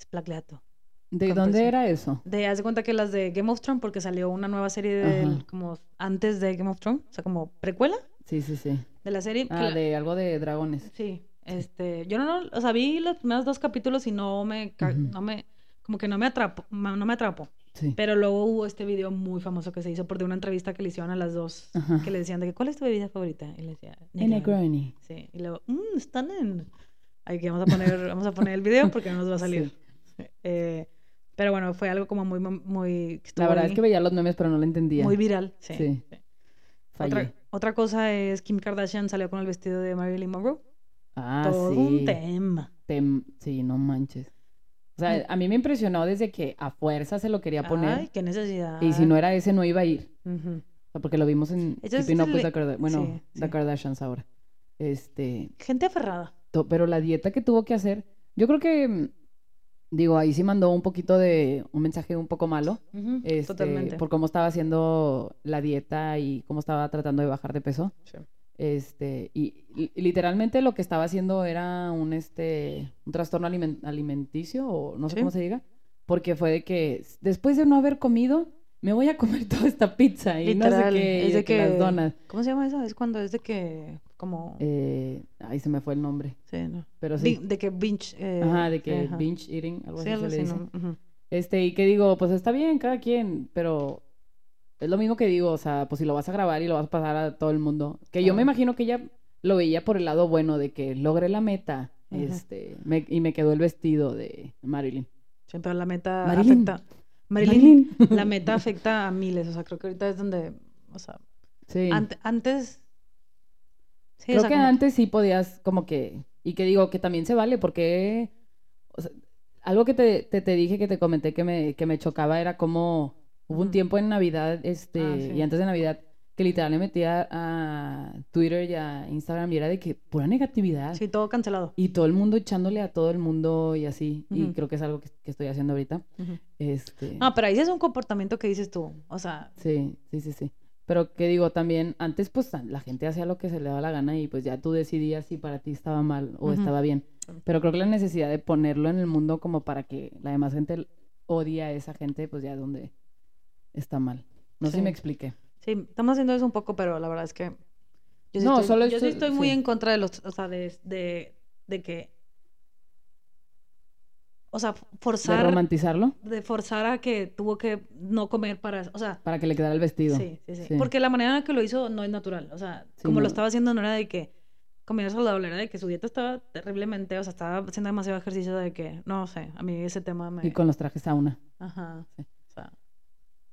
C: Splaclato.
B: ¿De
C: Con
B: dónde
C: presión.
B: era eso?
C: De, haz de cuenta que las de Game of Thrones, porque salió una nueva serie del-
B: Ajá.
C: como antes de Game of Thrones, o sea, como precuela
B: Sí, sí, sí.
C: de la serie. que
B: Ah,
C: la-
B: de algo de dragones.
C: Sí, este, yo no, no- o sea, vi los primeros dos capítulos y no me, ca-
B: Ujú.
C: no me, como que no me atrapó, ma- no me atrapó.
B: Sí.
C: Pero luego hubo este video muy famoso que se hizo por de una entrevista que le hicieron a las dos,
B: Ajá.
C: que le decían de que, ¿cuál es tu bebida favorita? Y le decía,
B: En
C: "Negroni".
B: Negroni.
C: Sí, y luego, mmm, están en... Ahí que vamos a
B: <laughs>
C: poner, vamos a poner el video porque no nos va a salir. Eh, pero bueno, fue algo como muy, mom- muy... que
B: La
C: estuvo
B: verdad
C: ahí
B: es que veía los memes, pero no lo entendía.
C: Muy viral, sí.
B: Sí.
C: sí.
B: Fallé.
C: Otra, otra cosa es Kim Kardashian salió con el vestido de Marilyn Monroe.
B: Ah,
C: Todo
B: sí.
C: un tema.
B: Tem- Sí, no manches. O sea,
C: Mm.
B: a mí me impresionó desde que a fuerza se lo quería poner.
C: Ay, qué necesidad.
B: Y si no era ese, no iba a ir.
C: Ujú.
B: O sea, porque lo vimos en
C: Eso es
B: Keeping Up
C: el-
B: with the Karda- Bueno,
C: sí,
B: The
C: sí.
B: Kardashians ahora. Este,
C: Gente aferrada.
B: to- pero la dieta que tuvo que hacer, yo creo que, mm, digo, ahí sí mandó un poquito de un mensaje un poco malo.
C: Ujú,
B: este,
C: Totalmente.
B: por cómo estaba haciendo la dieta y cómo estaba tratando de bajar de peso.
C: Sí.
B: Este, y, li- literalmente lo que estaba haciendo era un este un trastorno alimen- alimenticio o no sé
C: Sí.
B: cómo se diga, porque fue de que s- después de no haber comido, me voy a comer toda esta pizza y no sé
C: Literal,
B: qué, y
C: es
B: de
C: de
B: que las
C: que-
B: donas.
C: ¿Cómo se llama eso? Es cuando es de que... como...
B: Eh, ahí se me fue el nombre.
C: sí, no.
B: Pero
C: Di-
B: Pues sí.
C: De que binge... eh,
B: Ajá, de que
C: ajá.
B: binge eating, algo
C: Sí,
B: así
C: algo
B: se le
C: así,
B: dice.
C: ¿no? Ujú.
B: Este, y que digo, pues está bien, cada quien, pero es lo mismo que digo, o sea, pues si lo vas a grabar y lo vas a pasar a todo el mundo. Que yo me
C: Claro.
B: imagino que ella lo veía por el lado bueno de que logré la meta,
C: Ajá.
B: este, me- y me quedó el vestido de Marilyn.
C: Sí, pero la meta
B: Marilyn.
C: afecta... Marilyn, <laughs> la meta afecta a miles, o sea, creo que ahorita es donde, o sea,
B: Sí.
C: ante- antes... Sí, o
B: Creo
C: sea,
B: que
C: como-
B: antes sí podías como que, y que digo que también se vale porque, o sea, algo que te, te, te dije que te comenté que me, que me chocaba era como hubo un
C: Ujú.
B: tiempo en Navidad, este,
C: Ah, sí.
B: y antes de Navidad, que literal me metía a Twitter y a Instagram y era de que pura negatividad
C: Sí, todo cancelado.
B: y todo el mundo echándole a todo el mundo y así, y
C: Ujú.
B: creo que es algo que, que estoy haciendo ahorita. Este,
C: Ah, pero ahí sí es un comportamiento que dices tú, o sea,
B: Sí, sí, sí, sí. Pero que digo, también antes pues tan- la gente hacía lo que se le daba la gana y pues ya tú decidías si para ti estaba mal o
C: Ujú.
B: estaba bien. Pero creo que la necesidad de ponerlo en el mundo como para que la demás gente l- odie a esa gente pues ya donde está mal. No sé si
C: Sí.
B: me expliqué.
C: sí, estamos haciendo eso un poco, pero la verdad es que yo sí
B: No,
C: estoy,
B: solo
C: yo sí
B: estoy-
C: estoy muy
B: sí.
C: en contra de los, o sea, de, de, de que, o sea,
B: ¿De
C: forzar,
B: romantizarlo?
C: de forzar a que tuvo que no comer para, o sea,
B: Para que le quedara el vestido.
C: Sí, sí, sí,
B: Sí.
C: Porque la manera en la que lo hizo no es natural. O sea,
B: Sí, no.
C: como lo estaba haciendo no era de que comida saludable, era de que su dieta estaba terriblemente, o sea, estaba haciendo demasiado ejercicio de que, no sé, a mí ese tema me...
B: Y con los trajes sauna.
C: Ajá.
B: Sí.
C: O sea,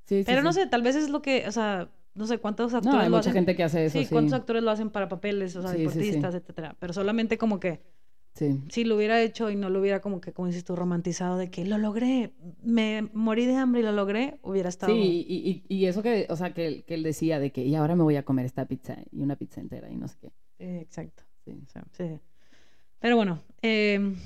B: Sí, sí,
C: pero no
B: sí.
C: sé, tal vez es lo que, o sea, no sé cuántos actores
B: No, hay
C: lo
B: mucha
C: hacen.
B: gente que hace eso,
C: sí,
B: sí.
C: cuántos actores lo hacen para papeles, o sea,
B: Sí, sí, sí.
C: deportistas, etcétera. Pero solamente como que
B: Sí.
C: si lo hubiera hecho y no lo hubiera como que, como dices tú, romantizado de que lo logré, me morí de hambre y lo logré, hubiera estado...
B: Sí, y, y- y eso que, o sea, que, él- que él decía de que, y ahora me voy a comer esta pizza y una pizza entera y no sé qué.
C: Eh, exacto.
B: Sí.
C: Sí, sí. Pero bueno, em,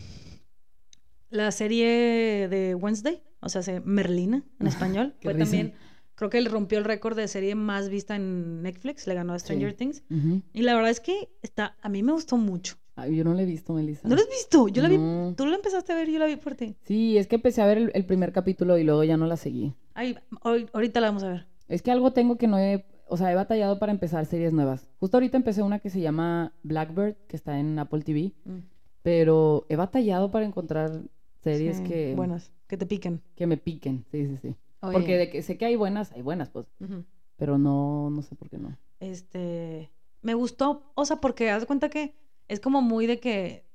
C: la serie de Wednesday, o sea, se- Merlina en español,
B: Ah, Qué
C: fue
B: risa.
C: también, creo que él rompió el récord de serie más vista en Netflix, le ganó a Stranger
B: Sí.
C: Things.
B: Ujú.
C: Y la verdad es que está, a mí me gustó mucho.
B: Ay, Yo no la he visto, Melissa.
C: ¿No lo has visto? Yo la vi,
B: No.
C: tú la empezaste a ver, yo la vi por ti.
B: Sí, es que empecé a ver el, el primer capítulo y luego ya no la seguí.
C: Ay, hoy- ahorita la vamos a ver.
B: Es que algo tengo que no he... O sea, he batallado para empezar series nuevas. Justo ahorita empecé una que se llama Blackbird, que está en Apple TV, pero he batallado para encontrar series
C: Sí,
B: que,
C: Buenas, que te piquen.
B: que me piquen. Sí, sí, sí.
C: Oye,
B: Porque de que sé que hay buenas, hay buenas, pues.
C: ujú.
B: Pero no, no sé por qué no.
C: Este, me gustó, o sea, porque haz de cuenta que es como muy de que,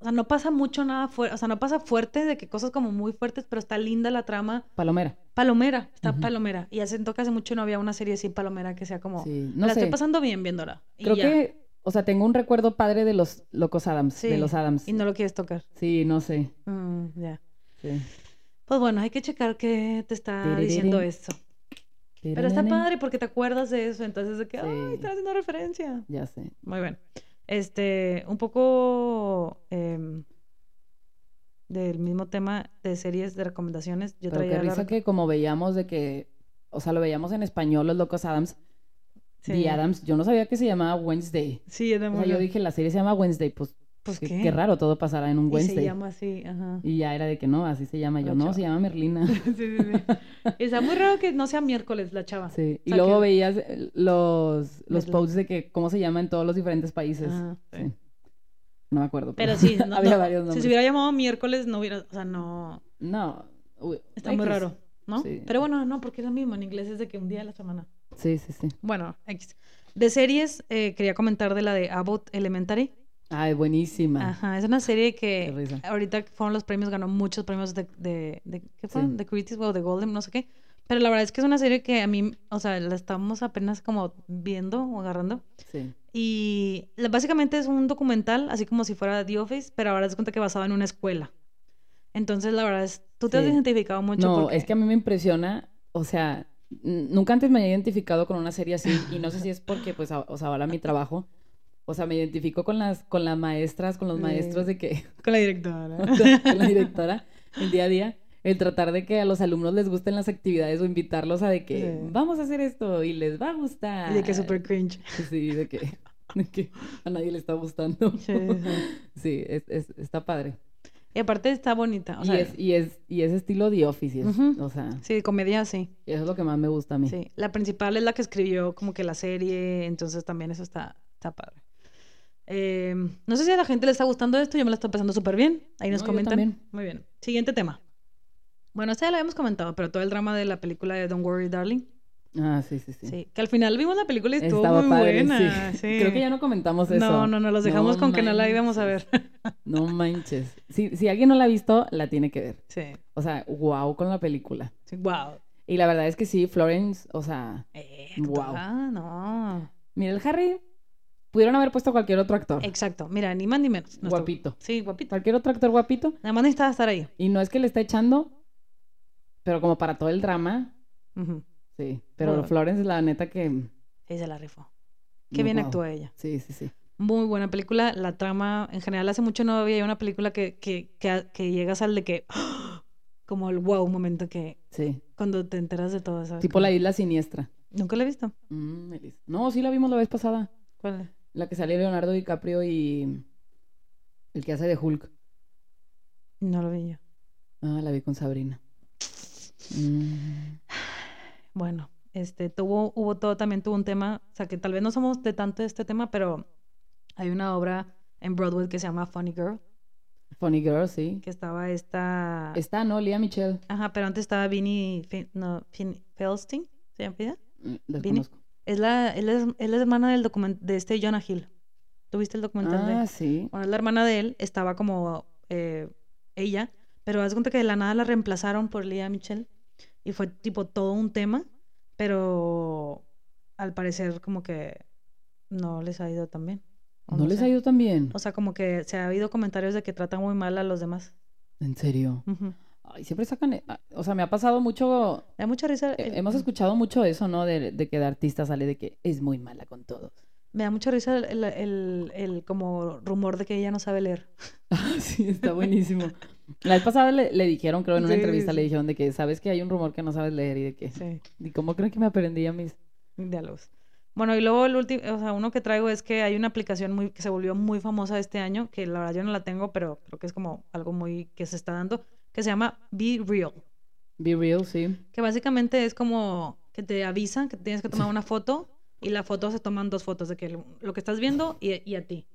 C: o sea, no pasa mucho nada fuerte, o sea, no pasa fuerte de que cosas como muy fuertes, pero está linda la trama.
B: Palomera.
C: Palomera, está
B: Ujú.
C: palomera. Y hace, que hace mucho no había una serie así palomera que sea como,
B: Sí, no
C: la
B: sé.
C: estoy pasando bien viéndola. Y
B: Creo
C: ya.
B: que, o sea, tengo un recuerdo padre de los Locos Adams,
C: Sí,
B: de los Adams.
C: Y no lo quieres tocar.
B: Sí, no sé.
C: Mm, ya.
B: Sí.
C: Pues bueno, hay que checar qué te está
B: Tiririrín.
C: diciendo eso. Pero está padre porque te acuerdas de eso, entonces de que,
B: Sí.
C: ay, están haciendo referencia.
B: Ya sé.
C: Muy bien. Este, un poco em, del mismo tema de series de recomendaciones. Yo
B: Pero qué
C: traía la
B: risa
C: rec-
B: que como veíamos de que, o sea, lo veíamos en español, los locos Adams,
C: Sí.
B: The Adams, yo no sabía que se llamaba Wednesday.
C: Sí, es de
B: O sea,
C: muy
B: yo
C: bien.
B: dije, la serie se llama Wednesday, pues,
C: Pues
B: qué,
C: qué.
B: qué raro todo pasará en un
C: Y se
B: Wednesday.
C: llama así, ajá.
B: Y ya era de que no, así se llama. Yo
C: La
B: no,
C: chava.
B: se llama Merlina.
C: <laughs> Sí, sí, sí. Está muy raro que no sea miércoles la chava.
B: Sí. Y
C: sea,
B: luego
C: que-
B: veías eh, los, los
C: Merlina. Ah.
B: posts de que cómo se llama en todos los diferentes países.
C: Ajá, sí.
B: Sí. No me acuerdo. <laughs>
C: Pero sí, no-
B: había
C: no,
B: varios
C: si
B: nombres.
C: se hubiera llamado miércoles no hubiera, o sea, no,
B: No. uy,
C: está muy
B: X.
C: raro, ¿no?
B: Sí.
C: Pero bueno, no, porque es lo mismo, en inglés es de que un día a la semana.
B: Sí, sí, sí.
C: Bueno, X. De series, eh, quería comentar de la de Abbott Elementary.
B: Ay, buenísima.
C: Ajá, es una serie
B: Qué
C: que
B: risa.
C: ahorita que fueron los premios, ganó muchos premios de, de, de- ¿qué fueron?
B: Sí.
C: De Critics o de Golden, no sé qué. Pero la verdad es que es una serie que a mí, o sea, la estamos apenas como viendo o agarrando.
B: Sí.
C: Y la- básicamente es un documental, así como si fuera The Office, pero ahora es cuenta que basado en una escuela. Entonces, la verdad es, tú te has
B: Sí.
C: identificado mucho
B: No,
C: porque...
B: es que a mí me impresiona, o sea, n- nunca antes me había identificado con una serie así y no sé si es porque, pues, a- o sea, ahora mi trabajo, o sea, me identifico con las, con las maestras, con los
C: Sí.
B: maestros de que, <laughs>
C: Con la directora.
B: o sea, con la directora, el día a día, el tratar de que a los alumnos les gusten las actividades o invitarlos a de que
C: Sí.
B: vamos a hacer esto y les va a gustar.
C: Y de que super cringe.
B: <laughs> Sí, de que, <laughs> de que a nadie le está gustando.
C: Sí, sí.
B: <laughs> Sí, es, es- está padre.
C: <laughs> Y aparte está bonita, o
B: y,
C: sea...
B: es, y, es, y es estilo de Office, y es-
C: Ujú.
B: o sea,
C: Sí, comedia, sí.
B: eso es lo que más me gusta a mí.
C: Sí, la principal es la que escribió como que la serie, entonces también eso está, Está padre. Eh, no sé si a la gente le está gustando esto, yo me la estoy pasando súper bien. Ahí nos
B: No, yo
C: comentan.
B: también.
C: Muy bien. Siguiente tema. Bueno, esta ya la habíamos comentado, pero todo el drama de la película de Don't Worry, Darling.
B: Ah, sí, sí, sí.
C: Sí. Que al final vimos la película y estuvo
B: Estaba
C: muy
B: padre,
C: buena.
B: sí.
C: sí.
B: Creo que ya no comentamos eso.
C: No, no, no, los dejamos con que no la íbamos a ver.
B: manches, No manches. Si, si alguien no la ha visto, la tiene que ver.
C: Sí.
B: O sea, wow con la película.
C: sí. Wow.
B: Y la verdad es que sí, Florence, o sea, Guau.
C: Ah, no.
B: mira el Harry, pudieron haber puesto cualquier otro actor.
C: Exacto. Mira, ni más ni menos. No está-
B: Guapito.
C: Sí, guapito.
B: Cualquier otro actor guapito.
C: Nada más necesitaba estar ahí.
B: Y no es que le está echando, pero como para todo el drama,
C: Ujú.
B: sí. Pero
C: Bueno.
B: Florence, la neta que...
C: Sí, se la rifó. Qué
B: no,
C: bien
B: guau.
C: actúa ella.
B: Sí, sí, sí.
C: Muy buena película. La trama, en general, hace mucho no había una película que, que, que, que llegas al de que. <gasps> ¡ah! Como el wow momento que.
B: Sí.
C: Cuando te enteras de todo, ¿sabes?
B: Tipo
C: Como-
B: La Isla Siniestra.
C: Nunca la he visto.
B: Mm, Melissa. no, sí la vimos la vez pasada.
C: ¿Cuál es?
B: La que salió Leonardo DiCaprio y el que hace de Hulk.
C: No lo vi yo.
B: Ah, la vi con Sabrina. Mm,
C: Bueno, este, tuvo, hubo todo, también tuvo un tema, o sea, que tal vez no somos de tanto de este tema, pero hay una obra en Broadway que se llama Funny Girl,
B: Funny Girl, sí.
C: que estaba esta...
B: Está, ¿no? Lía Michelle.
C: Ajá, pero antes estaba Vinnie... Fin- no, Fin- Felstein, ¿se llama ella?
B: Mm, Desconozco.
C: Es la, él es, él es hermana del document, de este Jonah Hill. ¿Tuviste el documental de
B: Ah, sí.
C: Bueno, es la hermana de él, estaba como eh, ella, pero haz cuenta que de la nada la reemplazaron por Lea Michelle y fue tipo todo un tema, pero al parecer como que no les ha ido tan bien. o
B: ¿No les
C: sé.
B: ha ido tan bien?
C: O sea, como que se ha habido comentarios de que tratan muy mal a los demás.
B: En serio.
C: Ujú.
B: Ay, siempre sacan... eh, ah, O sea, me ha pasado mucho...
C: Me da mucha risa.
B: eh,
C: el-
B: Hemos escuchado mucho eso, ¿no? De, de que el artista sale de que es muy mala con todo. <laughs>
C: Me da mucha risa el, el- el- el como rumor de que ella no sabe leer.
B: Ah, sí, está buenísimo. La vez pasada le, le dijeron, creo, en una
C: Sí,
B: entrevista
C: sí.
B: le dijeron de que sabes que hay un rumor que no sabes leer y de que...
C: Sí.
B: ¿Y cómo creen que me aprendí a mis...?
C: Diálogos. Bueno, y luego el último, o sea, uno que traigo es que hay una aplicación muy, que se volvió muy famosa este año, que la verdad yo no la tengo, pero creo que es como algo muy que se está dando, que se llama Be Real,
B: Be real, sí.
C: que básicamente es como que te avisan que tienes que tomar una foto y la foto se toman dos fotos de que lo- lo que estás viendo y, y a ti.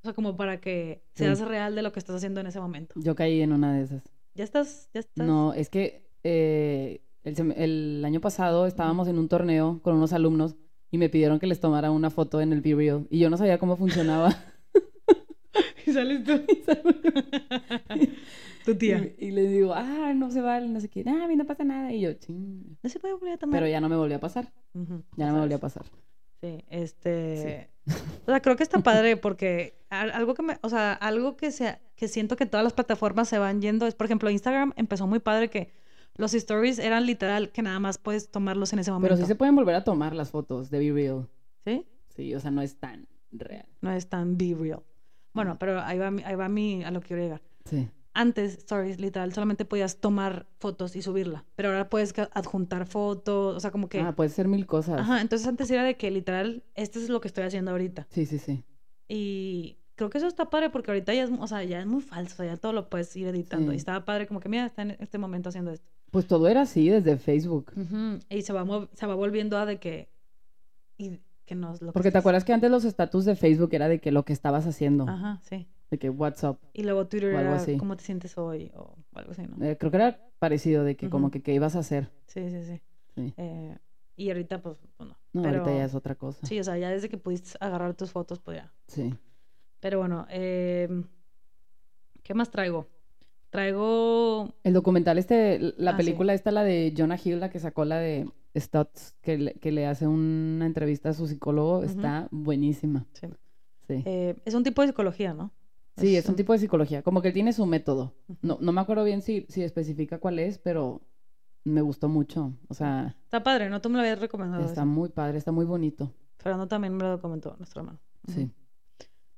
C: O sea, como para que seas
B: Sí.
C: real de lo que estás haciendo en ese momento.
B: Yo caí en una de esas.
C: ¿Ya estás? ¿Ya estás?
B: No, es que eh, el, sem- el año pasado estábamos en un torneo con unos alumnos y me pidieron que les tomara una foto en el Be Real y yo no sabía cómo funcionaba.
C: <laughs>
B: <laughs>
C: Y sales tú. tu tía.
B: Y, y les digo, ah, no se vale, no sé qué, ah, a mí no pasa nada. Y yo, ching.
C: No se puede volver a tomar.
B: Pero ya no me volvió a pasar,
C: Ujú,
B: ya no me
C: sabes.
B: volvió a pasar.
C: Sí, este, o sea, creo que está padre porque al- algo que me, o sea, algo que se, que siento que todas las plataformas se van yendo es, por ejemplo, Instagram empezó muy padre que los stories eran literal que nada más puedes tomarlos en ese
B: Pero
C: momento.
B: sí se pueden volver a tomar las fotos de Be Real.
C: ¿Sí?
B: Sí, o sea, no es tan real.
C: No es tan be real. Bueno,
B: Ujú.
C: pero ahí va, mi- ahí va mi, a lo que quiero llegar.
B: Sí.
C: Antes, stories, literal, solamente podías tomar fotos y subirla, pero ahora puedes ca- adjuntar fotos, o sea, como que,
B: Ah, puede ser mil cosas.
C: ajá, entonces antes era de que literal, esto es lo que estoy haciendo ahorita.
B: Sí, sí, sí.
C: Y creo que eso está padre porque ahorita ya es, mu- o sea, ya es muy falso, ya todo lo puedes ir editando.
B: Sí.
C: Y estaba padre como que, mira, está en este momento haciendo esto.
B: Pues todo era así desde Facebook.
C: Y se va, mov- se va volviendo a de que... Y que no es lo que
B: Porque te
C: estás-
B: acuerdas que antes los estatus de Facebook era de que lo que estabas haciendo,
C: Ajá, sí.
B: de que WhatsApp.
C: Y luego Twitter
B: O algo
C: era
B: así.
C: cómo te sientes hoy o algo así, ¿no?
B: Eh, creo que era parecido de que como
C: Ujú.
B: que qué ibas a hacer.
C: Sí, sí, sí.
B: Sí. Ah.
C: Eh, y ahorita, pues, pues no.
B: No, ahorita
C: Pero-
B: ya es otra cosa.
C: Sí, o sea, ya desde que pudiste agarrar tus fotos, pues ya.
B: Sí.
C: Pero bueno, eh, ¿qué más traigo? Traigo
B: El documental este, la
C: Ah, sí.
B: película esta, la de Jonah Hill, la que sacó la de Stutz, que le, que le hace una entrevista a su psicólogo,
C: Ujú.
B: está buenísima.
C: Sí.
B: Sí.
C: eh, es un tipo de psicología, ¿no?
B: Sí, es
C: un-
B: un tipo de psicología, como que él tiene su método.
C: Ujú.
B: No, no me acuerdo bien si, si especifica cuál es, pero me gustó mucho. O sea,
C: Está padre, ¿no? Tú me lo habías recomendado.
B: está
C: eso.
B: muy padre, está muy bonito.
C: Fernando también me lo comentó, nuestro hermano. Ujú.
B: Sí.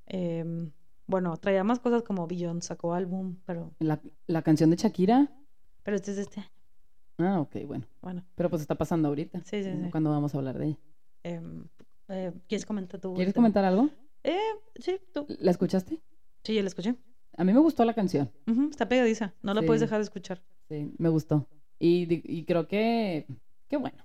C: Em, bueno, traía más cosas como Billon sacó álbum, pero,
B: La, la canción de Shakira.
C: pero este es de este año.
B: Ah, ok, bueno.
C: Bueno,
B: Pero pues está pasando ahorita.
C: Sí, sí, sí.
B: Cuando vamos a hablar de ella.
C: em, eh, ¿quieres comentar tú? el
B: ¿Quieres
C: tema?
B: comentar algo?
C: Eh, sí, tú.
B: ¿La escuchaste?
C: Sí, ya la escuché.
B: A mí me gustó la canción.
C: Ujú, está pegadiza, no la puedes
B: Sí.
C: dejar de escuchar.
B: Sí, me gustó. Y, di- y creo que. Qué bueno.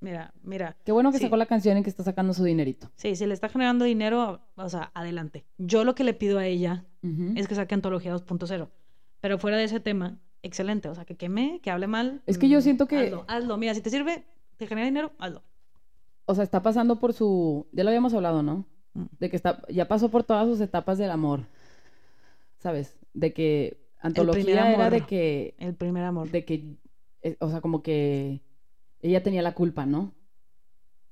C: Mira, mira.
B: Qué bueno que
C: Sí.
B: sacó la canción en que está sacando su dinerito.
C: Sí, si le está generando dinero, o sea, adelante. Yo lo que le pido a ella
B: Ujú.
C: es que saque Antología 2.0. Pero fuera de ese tema, excelente. O sea, que queme, que hable mal.
B: Es que yo
C: mm,
B: siento que-
C: Hazlo, hazlo. Mira, si te sirve, te genera dinero, hazlo.
B: O sea, está pasando por su. Ya lo habíamos hablado, ¿no?
C: Mm.
B: De que está, ya pasó por todas sus etapas del amor. ¿Sabes? De que antología era
C: amor.
B: de que.
C: El primer amor.
B: De que. eh, o sea, como que. Ella tenía la culpa, ¿no?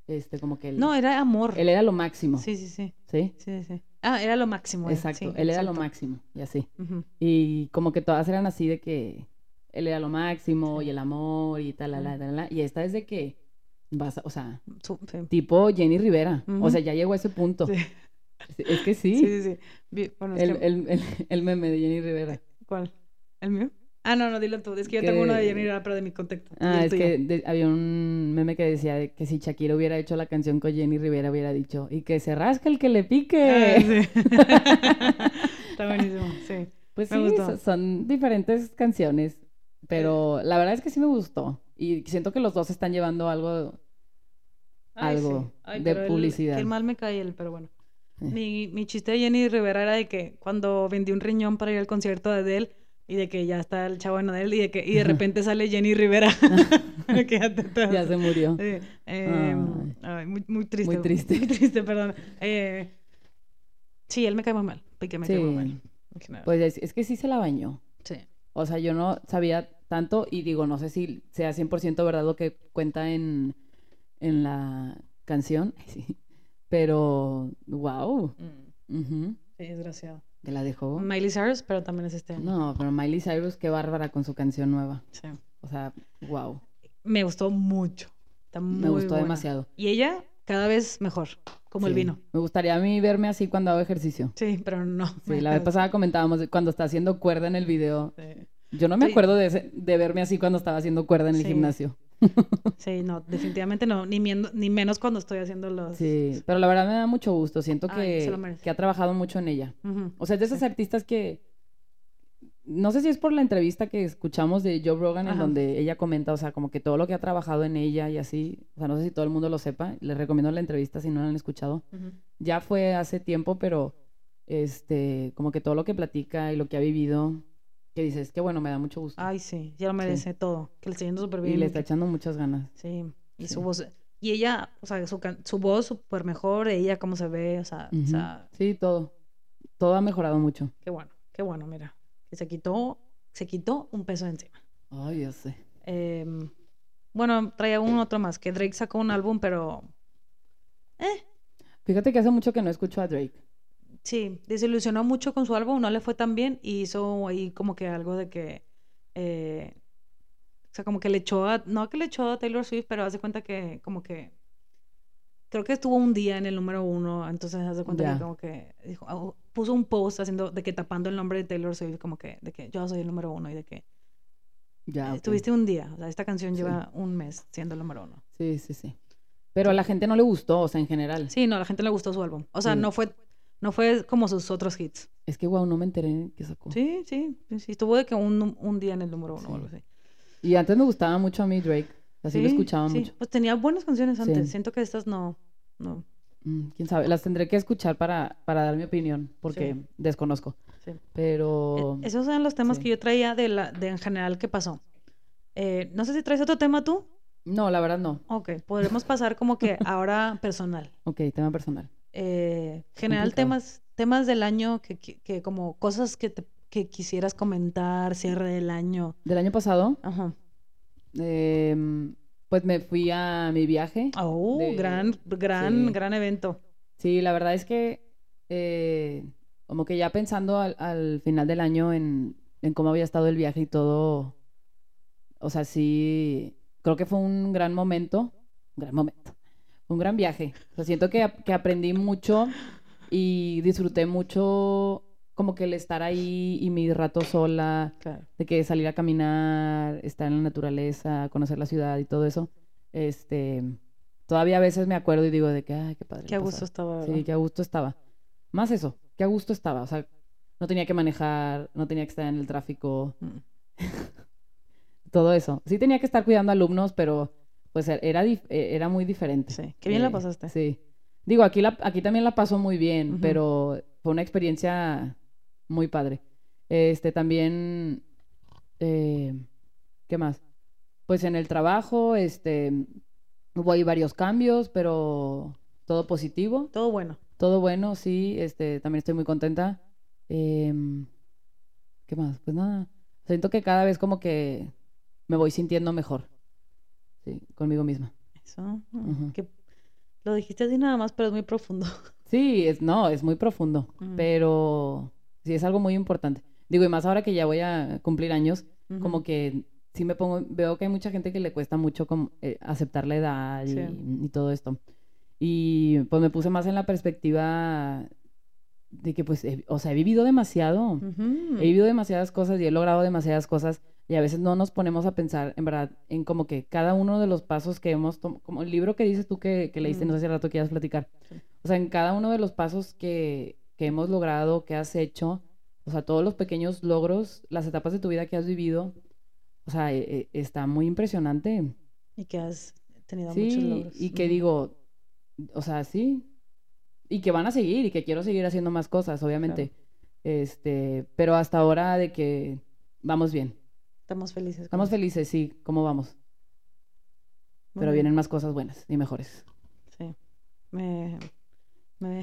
B: Este, como que. Él,
C: No, era amor.
B: él era lo máximo. Sí.
C: Sí, sí, sí. Sí, sí. Ah, era lo máximo. eh.
B: Exacto.
C: Sí,
B: él era lo
C: exacto.
B: máximo. Y así.
C: Ujú.
B: Y como que todas eran así de que él era lo máximo y el amor y tal, la, la,
C: Ujú.
B: la, la. Y esta es de que vas, a- o sea,
C: Su- sí.
B: tipo Jenny Rivera. O
C: Ujú.
B: sea, ya llegó a ese punto.
C: Sí.
B: Es que sí.
C: Sí, sí, sí. Vi- bueno, es
B: el,
C: que-
B: el- el- el meme de Jenny Rivera.
C: ¿Cuál? ¿El mío? Ah, no, no, dilo tú. Es que yo
B: Que-
C: tengo uno de Jenny Rivera, pero de mi contexto. Di
B: Ah,
C: el
B: es <laughs>
C: tuyo.
B: que de- había un meme que decía de que si Shakira hubiera hecho la canción con Jenny Rivera hubiera dicho y que se rasca el que le
C: Ah,
B: pique.
C: sí. Está buenísimo, sí.
B: <laughs> Pues
C: Me
B: sí,
C: gustó.
B: so- son diferentes canciones, pero la verdad es que sí me gustó y siento que los dos están llevando algo.
C: Ay, sí.
B: Algo
C: Ay,
B: de
C: pero él-
B: publicidad.
C: qué mal me cae él, pero bueno.
B: Eh.
C: Mi, mi chiste de Jenny Rivera era de que cuando vendí un riñón para ir al concierto de Adele y de que ya está el chavo en Adele y de que y
B: <laughs>
C: de repente sale Jenny Rivera. <laughs> Quédate atrás.
B: Ya se
C: <laughs>
B: murió.
C: Sí, em, ay, muy, muy triste.
B: Ah. Muy triste.
C: Muy triste, perdón. Eh, sí, él me cae muy mal. Porque me cae muy
B: Sí.
C: mal. en general.
B: Pues es, es que sí se la bañó.
C: sí.
B: O sea, yo no sabía tanto y digo, no sé si sea 100% verdad lo que cuenta en, en la canción, <laughs> Ay, sí. pero wow,
C: Mm,
B: ujú,
C: sí, desgraciado.
B: que la dejó.
C: Miley Cyrus, pero también es este. año.
B: No, pero Miley Cyrus, qué bárbara con su canción nueva.
C: Sí.
B: O sea, wow,
C: Me gustó mucho. Está
B: me
C: muy
B: gustó
C: buena.
B: demasiado.
C: Y ella cada vez mejor, como el
B: Sí.
C: vino.
B: Me gustaría a mí verme así cuando hago ejercicio.
C: Sí, pero no.
B: Sí, la vez pasada comentábamos de cuando está haciendo cuerda en el video.
C: Sí.
B: Yo no me
C: Sí.
B: acuerdo de, ese- de verme así cuando estaba haciendo cuerda en el
C: Sí.
B: gimnasio.
C: Sí, no, definitivamente no. Ni, miendo- ni menos cuando estoy haciendo los.
B: Sí, pero la verdad me da mucho gusto. Siento
C: Ay, se
B: que,
C: lo merece.
B: que ha trabajado mucho en ella.
C: Ujú.
B: O sea, es de esas artistas que. No sé si es por la entrevista que escuchamos de Joe Rogan, en
C: Ajá.
B: donde ella comenta, o sea, como que todo lo que ha trabajado en ella y así. O sea, no sé si todo el mundo lo sepa. Les recomiendo la entrevista si no la han escuchado.
C: Ujú.
B: Ya fue hace tiempo, pero este, como que todo lo que platica y lo que ha vivido, que dices, que bueno, me da mucho gusto.
C: Ay, sí, ya lo merece todo. Que le está yendo súper bien.
B: y le
C: que-
B: está echando muchas ganas.
C: Sí, y
B: Sí.
C: su voz. Y ella, o sea, su, can- su voz súper mejor, ella cómo se ve, o sea, o
B: Ujú.
C: sea,
B: Sí, todo. Todo ha mejorado mucho.
C: qué bueno, qué bueno, mira. Que se quitó, se quitó un peso de encima.
B: Ay, ya sé.
C: Em, bueno, traía un otro más, que Drake sacó un álbum, pero
B: Fíjate que hace mucho que no escucho a Drake.
C: Sí, desilusionó mucho con su álbum, no le fue tan bien y hizo ahí como que algo de que, eh, o sea, como que le echó a, no que le echó a Taylor Swift, pero hace cuenta que como que, creo que estuvo un día en el número uno, entonces hace cuenta
B: Ya.
C: que como que dijo, ah, oh, puso un post haciendo, de que tapando el nombre de Taylor Swift, como que, de que yo soy el número uno y de que
B: Ya. Ah, ok.
C: Ah, estuviste un día, o sea, esta canción
B: Sí.
C: lleva un mes siendo el número uno.
B: Sí, sí, sí. Pero a la gente no le gustó, o sea, en general.
C: Sí, no, a la gente le gustó su álbum, o sea,
B: Sí.
C: no fue, no fue como sus otros hits.
B: Es que, wow, no me enteré que sacó.
C: Sí, sí, sí, sí, estuvo de que un, num- un día en el número uno o
B: Sí.
C: algo así.
B: Y antes me gustaba mucho a mí Drake. Así lo
C: Sí,
B: escuchaba
C: sí.
B: mucho.
C: Pues tenía buenas canciones
B: Sí.
C: antes. Siento que estas no, no.
B: Mm, Quién sabe, las tendré que escuchar para, para dar mi opinión, porque
C: Sí.
B: desconozco.
C: sí.
B: Pero.
C: Eh, Esos eran los temas
B: Oh, sí.
C: que yo traía de la, de en general que pasó. Eh, no sé si traes otro tema tú.
B: No, la verdad no.
C: Ok, podremos pasar como
B: <laughs>
C: que ahora personal.
B: Ok, tema personal.
C: Eh, general
B: complicado.
C: temas, temas del año que, que, que como cosas que, te- que quisieras comentar, cierre del año.
B: Del año pasado,
C: Ajá.
B: em, pues me fui a mi viaje.
C: Oh,
B: De-
C: gran, gran,
B: sí.
C: gran evento.
B: Sí, la verdad es que eh, como que ya pensando al, al final del año en, en cómo había estado el viaje y todo, o sea, sí, creo que fue un gran momento, un gran momento, un gran viaje. O sea, siento que, ap- que aprendí mucho y disfruté mucho como que el estar ahí y mi rato sola
C: Claro.
B: de que salir a caminar, estar en la naturaleza, conocer la ciudad y todo eso, este, todavía a veces me acuerdo y digo de que, ay, qué padre. la
C: Qué a gusto
B: pasaba".
C: estaba, ¿verdad?
B: Sí, que a gusto estaba. Más eso, que a gusto estaba. O sea, no tenía que manejar, no tenía que estar en el tráfico,
C: Mm.
B: todo eso. Sí tenía que estar cuidando alumnos, pero pues er- era, dif- eh, era muy diferente.
C: Sí. Qué bien la
B: Eh,
C: pasaste.
B: Sí. Digo, aquí, la, aquí también la pasó muy bien,
C: Ujú.
B: pero fue una experiencia muy padre. Este, también, eh, ¿qué más? Pues en el trabajo, este, hubo ahí varios cambios, pero todo positivo,
C: Todo bueno.
B: todo bueno, sí, este, también estoy muy contenta. Em, ¿qué más? Pues nada, siento que cada vez como que me voy sintiendo mejor, sí, conmigo misma.
C: Eso.
B: Ujú.
C: que- Lo dijiste así nada más, pero es muy profundo.
B: Sí, es, no, es muy profundo,
C: Mm.
B: pero sí es algo muy importante. Digo, y más ahora que ya voy a cumplir años,
C: Ujú.
B: <laughs> como que sí me pongo, veo que hay mucha gente que le cuesta mucho como, eh, aceptar la edad
C: Sí.
B: y, y todo esto. Y pues me puse más en la perspectiva de que pues, he- o sea, he vivido demasiado,
C: Ujú.
B: he vivido demasiadas cosas y he logrado demasiadas cosas y a veces no nos ponemos a pensar, en verdad, en como que cada uno de los pasos que hemos tomado, como el libro que dices tú que, que leíste,
C: Mm.
B: no sé si al rato quieras platicar,
C: Sí.
B: o sea, en cada uno de los pasos que, que hemos logrado, que has hecho, o sea, todos los pequeños logros, las etapas de tu vida que has vivido, o sea, e- e- está muy impresionante.
C: Y que has tenido muchos
B: Sí,
C: logros.
B: y que
C: Ujú.
B: digo, o sea, sí, y que van a seguir y que quiero seguir haciendo más cosas, obviamente. Este, pero hasta ahora de que vamos bien.
C: Estamos felices. con
B: Estamos
C: eso.
B: felices, sí, ¿cómo vamos?
C: Muy
B: Pero
C: bien.
B: vienen más cosas buenas y mejores.
C: Sí. Me.
B: <laughs>
C: Me.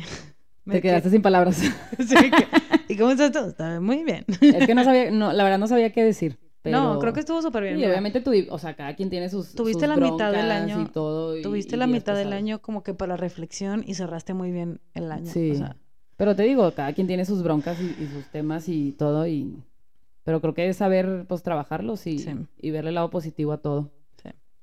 C: me
B: Te
C: que-
B: quedaste sin palabras.
C: <laughs> Sí, que- ¿Y cómo estás tú? Está muy bien. <laughs>
B: Es que no sabía, <laughs> no, la verdad no sabía qué decir.
C: No,
B: pero-
C: creo que estuvo súper bien.
B: Y
C: mira.
B: obviamente, tu, o sea, cada quien tiene sus.
C: Tuviste
B: sus
C: la mitad del
B: broncas
C: año-
B: Y todo, y-
C: Tuviste
B: y
C: la
B: días
C: mitad del
B: pesados.
C: año como que para reflexión y cerraste muy bien el año.
B: Sí.
C: O sea,
B: Pero te digo, cada quien tiene sus broncas y, y sus temas y todo. y Pero creo que es saber, pues, trabajarlos y,
C: Sí.
B: y verle el lado positivo a todo.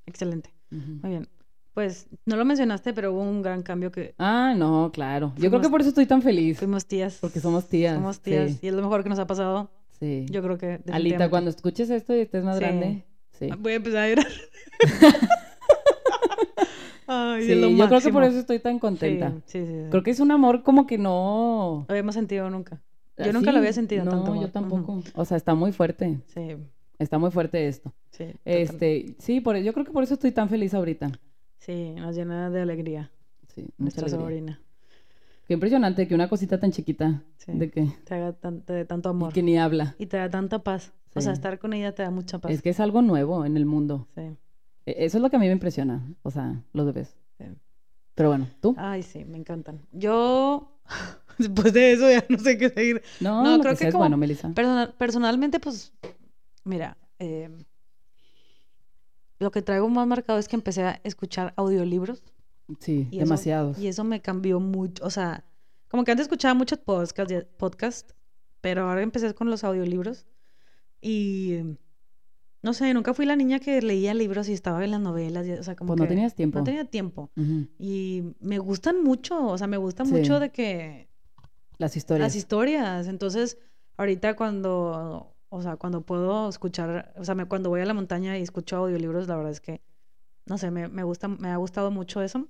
C: excelente.
B: Ujú.
C: Muy bien. Pues no lo mencionaste, pero hubo un gran cambio que
B: Ah, no, claro. Yo creo
C: Fuimos-
B: que por eso estoy tan feliz.
C: fuimos tías.
B: Porque somos tías.
C: Somos tías.
B: Sí.
C: Y es lo mejor que nos ha pasado.
B: sí.
C: Yo creo que.
B: Alita,
C: definitivamente.
B: cuando escuches esto y estés más
C: Sí.
B: grande. Sí.
C: Voy a empezar
B: <laughs>
C: a llorar. Ay,
B: Sí,
C: es lo
B: yo creo que por
C: máximo.
B: eso estoy tan contenta.
C: Sí, sí, sí, sí.
B: Creo que es un amor como que no.
C: Lo habíamos sentido nunca. Yo nunca
B: así,
C: lo había sentido
B: no,
C: tanto amor.
B: yo
C: Ujú.
B: tampoco. O sea, está muy fuerte.
C: Sí,
B: Está muy fuerte esto.
C: sí. total.
B: Este, sí, por, yo creo que por eso estoy tan feliz ahorita.
C: Sí, nos llena de alegría
B: Sí, mucha
C: nuestra
B: alegría.
C: sobrina.
B: Qué impresionante que una cosita tan chiquita
C: Sí.
B: de que,
C: Te, haga tan- te dé tanto
B: y
C: amor.
B: que ni habla.
C: Y te da tanta paz. O sea,
B: Sí.
C: estar con ella te da mucha paz.
B: Es que es algo nuevo en el mundo.
C: Sí.
B: E- Eso es lo que a mí me impresiona, o sea, los bebés.
C: Sí. Ah,
B: Pero bueno, ¿tú?
C: Ay, sí, me encantan. Yo, <laughs> después de eso, ya no sé qué seguir.
B: no,
C: no,
B: lo
C: creo
B: que
C: que
B: sea es
C: como-
B: bueno, Melissa.
C: Personal- personalmente, pues, mira, eh, lo que traigo más marcado es que empecé a escuchar audiolibros.
B: Sí,
C: Y eso-
B: demasiados.
C: Y eso me cambió mucho. O sea, como que antes escuchaba muchos podcasts, podcast, pero ahora empecé con los audiolibros. Y eh, no sé, nunca fui la niña que leía libros y estaba en las novelas. y- o sea, como
B: Pues no
C: que
B: tenías tiempo.
C: no tenía tiempo.
B: Ujú,
C: Y me gustan mucho, o sea, me gusta
B: Sí.
C: mucho de que
B: Las historias.
C: las historias. Entonces, ahorita cuando, o sea, cuando puedo escuchar, o sea, me- cuando voy a la montaña y escucho audiolibros, la verdad es que, no sé, me, me gusta, me ha gustado mucho eso.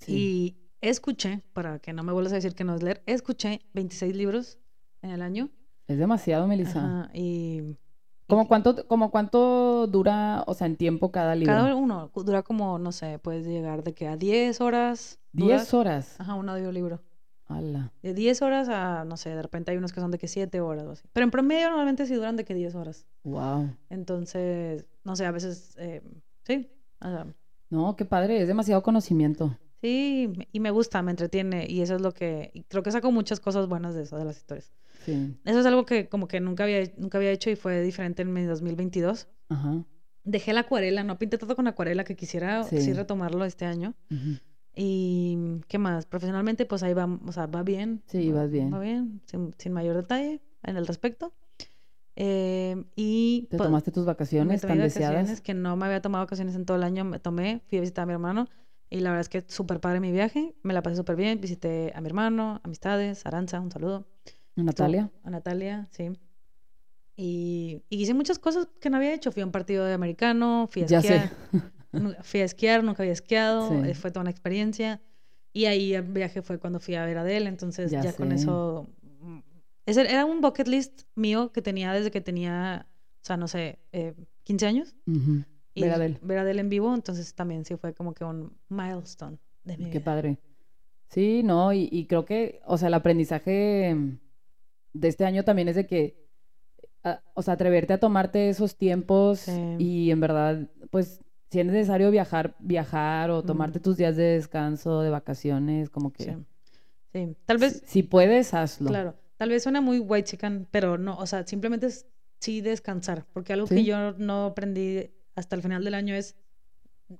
B: Sí.
C: Y escuché, para que no me vuelvas a decir que no es leer, escuché 26 libros en el año.
B: Es demasiado, Melissa.
C: Ajá, y
B: ¿Cómo cuánto, como cuánto dura, o sea, en tiempo cada libro?
C: cada uno cu- dura como, no sé, puedes llegar de que a 10 horas. dura-
B: Diez horas.
C: Ajá, un audiolibro.
B: Ala.
C: De 10 horas a, no sé, de repente hay unos que son de que 7 horas o así. Pero en promedio normalmente sí duran de que 10 horas.
B: Wow.
C: Entonces, no sé, a veces, eh, sí, o sea,
B: No, qué padre, es demasiado conocimiento.
C: sí, me- y me gusta, me entretiene, y eso es lo que, y creo que saco muchas cosas buenas de eso, de las historias.
B: Sí.
C: Eso es algo que como que nunca había, nunca había hecho y fue diferente en mi 2022.
B: Ajá.
C: Dejé la acuarela, no pinté tanto con acuarela, que quisiera sí,
B: Sí.
C: retomarlo este año.
B: ujú.
C: Y, ¿qué más? Profesionalmente, pues ahí va, o sea, va bien.
B: Sí, vas bien.
C: Va bien, sin, sin mayor detalle en el respecto. Eh, y
B: ¿Te
C: pues,
B: tomaste tus vacaciones
C: me tomé
B: tan
C: vacaciones
B: deseadas?
C: que no me había tomado vacaciones en todo el año. Me tomé, fui a visitar a mi hermano y la verdad es que súper padre mi viaje. Me la pasé súper bien. Visité a mi hermano, amistades, Aranza, un saludo. Estuvo-
B: Natalia.
C: A Natalia, sí. Y, y hice muchas cosas que no había hecho. Fui a un partido de americano, fui a
B: Ya sé.
C: esquiar.
B: <laughs>
C: nu- Fui a esquiar, nunca había esquiado.
B: Sí.
C: eh, Fue toda una experiencia. Y ahí el viaje fue cuando fui a ver a Adele. Entonces
B: Ya
C: ya, con
B: sé.
C: eso... mm, ese era un bucket list mío que tenía desde que tenía, o sea, no sé, eh, 15 años.
B: Ujú.
C: y
B: Ver a Adele.
C: ver a Adele en vivo, entonces también sí fue como que un milestone de mi
B: Qué
C: vida.
B: padre. Sí, no, y, y creo que, o sea, el aprendizaje mm, de este año también es de que, a- o sea, atreverte a tomarte esos tiempos
C: Sí.
B: y en verdad, pues, si es necesario viajar, viajar o
C: Mm.
B: tomarte tus días de descanso, de vacaciones, como que,
C: Sí. Sí, tal vez,
B: si, si puedes, hazlo.
C: claro, tal vez suena muy white chicken, pero no, o sea, simplemente es sí descansar, porque algo que
B: Sí.
C: yo no aprendí hasta el final del año es, o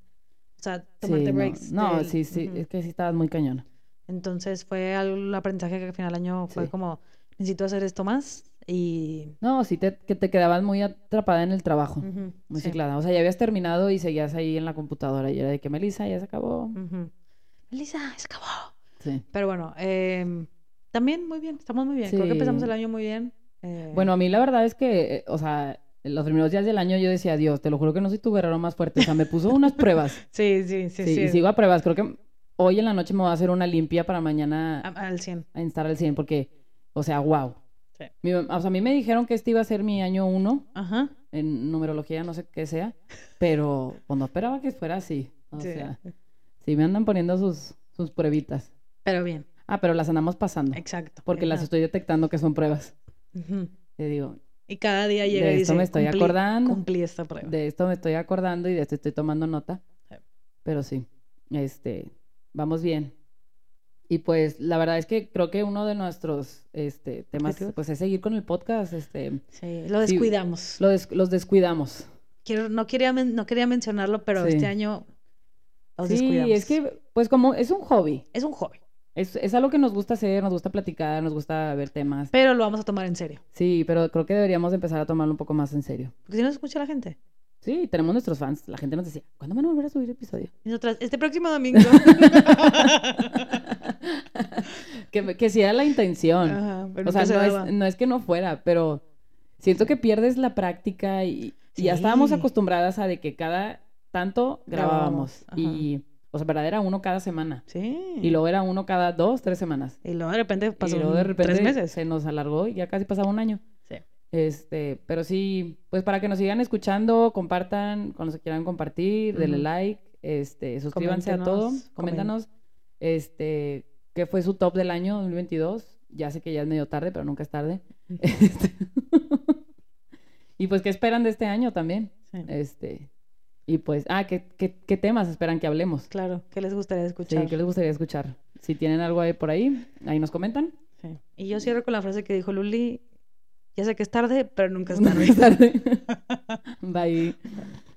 C: sea, tomarte
B: sí, no,
C: breaks.
B: No,
C: del-
B: sí, sí,
C: Ujú.
B: es que sí estabas muy cañona.
C: Entonces fue al- el aprendizaje que al final del año fue
B: Sí.
C: como, necesito hacer esto más y...
B: No, sí te, que te quedabas muy atrapada en el trabajo,
C: ujú,
B: muy
C: sí,
B: ciclada. O sea, ya habías terminado y seguías ahí en la computadora y era de que, Melissa, ya se acabó.
C: ujú. Melissa, se acabó.
B: Sí.
C: Pero bueno, em, también muy bien, estamos muy bien. Creo que empezamos el año muy bien. eh,
B: Bueno, a mí la verdad es que, eh, o sea, en los primeros días del año yo decía, Dios, te lo juro que no soy tu guerrero más fuerte. O sea, me puso unas pruebas.
C: sí, <laughs> sí,
B: Sí,
C: sí, sí.
B: y sigo a pruebas. Creo que hoy en la noche me voy a hacer una limpia para mañana
C: a- al 100.
B: a instar al 100 porque, o sea, wow.
C: Sí.
B: Mi mam- o sea, a mí me dijeron que este iba a ser mi año uno
C: Ajá.
B: en numerología, no sé qué sea, pero pues no esperaba que fuera así. O
C: sí.
B: sea, sí me andan poniendo sus, sus pruebitas.
C: Pero bien,
B: Ah, pero las andamos pasando
C: exacto. Eh,
B: porque las
C: ajá,
B: estoy detectando que son pruebas.
C: ujú.
B: Te digo,
C: Y cada día llega
B: De
C: y
B: esto
C: dice,
B: me estoy
C: "Cumplí-
B: acordando".
C: Cumplí esta prueba.
B: De esto me estoy acordando y de esto estoy tomando nota.
C: Sí.
B: Pero sí, este, vamos bien. Y pues la verdad es que creo que uno de nuestros este, temas
C: Objetivos.
B: pues es seguir con el podcast. Este,
C: Sí, lo
B: Sí,
C: descuidamos.
B: lo des- los descuidamos.
C: Quiero, no, quería men- no quería mencionarlo, pero
B: Sí.
C: este año los
B: sí,
C: descuidamos.
B: es que pues como es un hobby,
C: es un hobby,
B: es, es algo que nos gusta hacer, nos gusta platicar, nos gusta ver temas.
C: pero lo vamos a tomar en serio.
B: Sí, pero creo que deberíamos empezar a tomarlo un poco más en serio.
C: Porque si no escucha la gente.
B: Sí, tenemos nuestros fans. La gente nos decía, ¿cuándo van a volver a subir
C: <laughs>
B: episodio? <laughs>
C: Y nosotras, este próximo domingo.
B: que, que sí era la intención.
C: Ajá, pero
B: O sea,
C: nunca se
B: no
C: daba.
B: es, no es que no fuera, pero siento que pierdes la práctica y, y ya estábamos
C: Sí.
B: acostumbradas a de que cada tanto grabábamos.
C: Grabábamos, ajá.
B: y, o sea, verdad, era uno cada semana.
C: Sí.
B: Y luego era uno cada dos, tres semanas.
C: Y luego de repente pasó
B: y luego de
C: un-
B: repente
C: tres meses.
B: se nos alargó y ya casi pasaba un año.
C: Sí.
B: Este, pero sí, pues para que nos sigan escuchando, compartan cuando se quieran compartir, denle
C: Ujú.
B: like, este, suscríbanse a todo,
C: Coméntenos,
B: coméntanos, este, qué fue su top del año 2022. Ya sé que ya es medio tarde, pero nunca es tarde.
C: Ujú.
B: Este, <laughs> y pues qué esperan de este año también,
C: Sí.
B: este, y pues, ah, qué, qué, qué temas esperan que hablemos.
C: Claro, ¿qué les gustaría
B: Sí,
C: escuchar?
B: ¿qué les gustaría escuchar? Si tienen algo ahí por ahí, ahí nos comentan.
C: Sí. Y yo cierro con la frase que
B: <laughs>
C: dijo Luli, ya sé que es tarde, pero nunca es
B: Nunca
C: <laughs> tarde.
B: es tarde. Bye.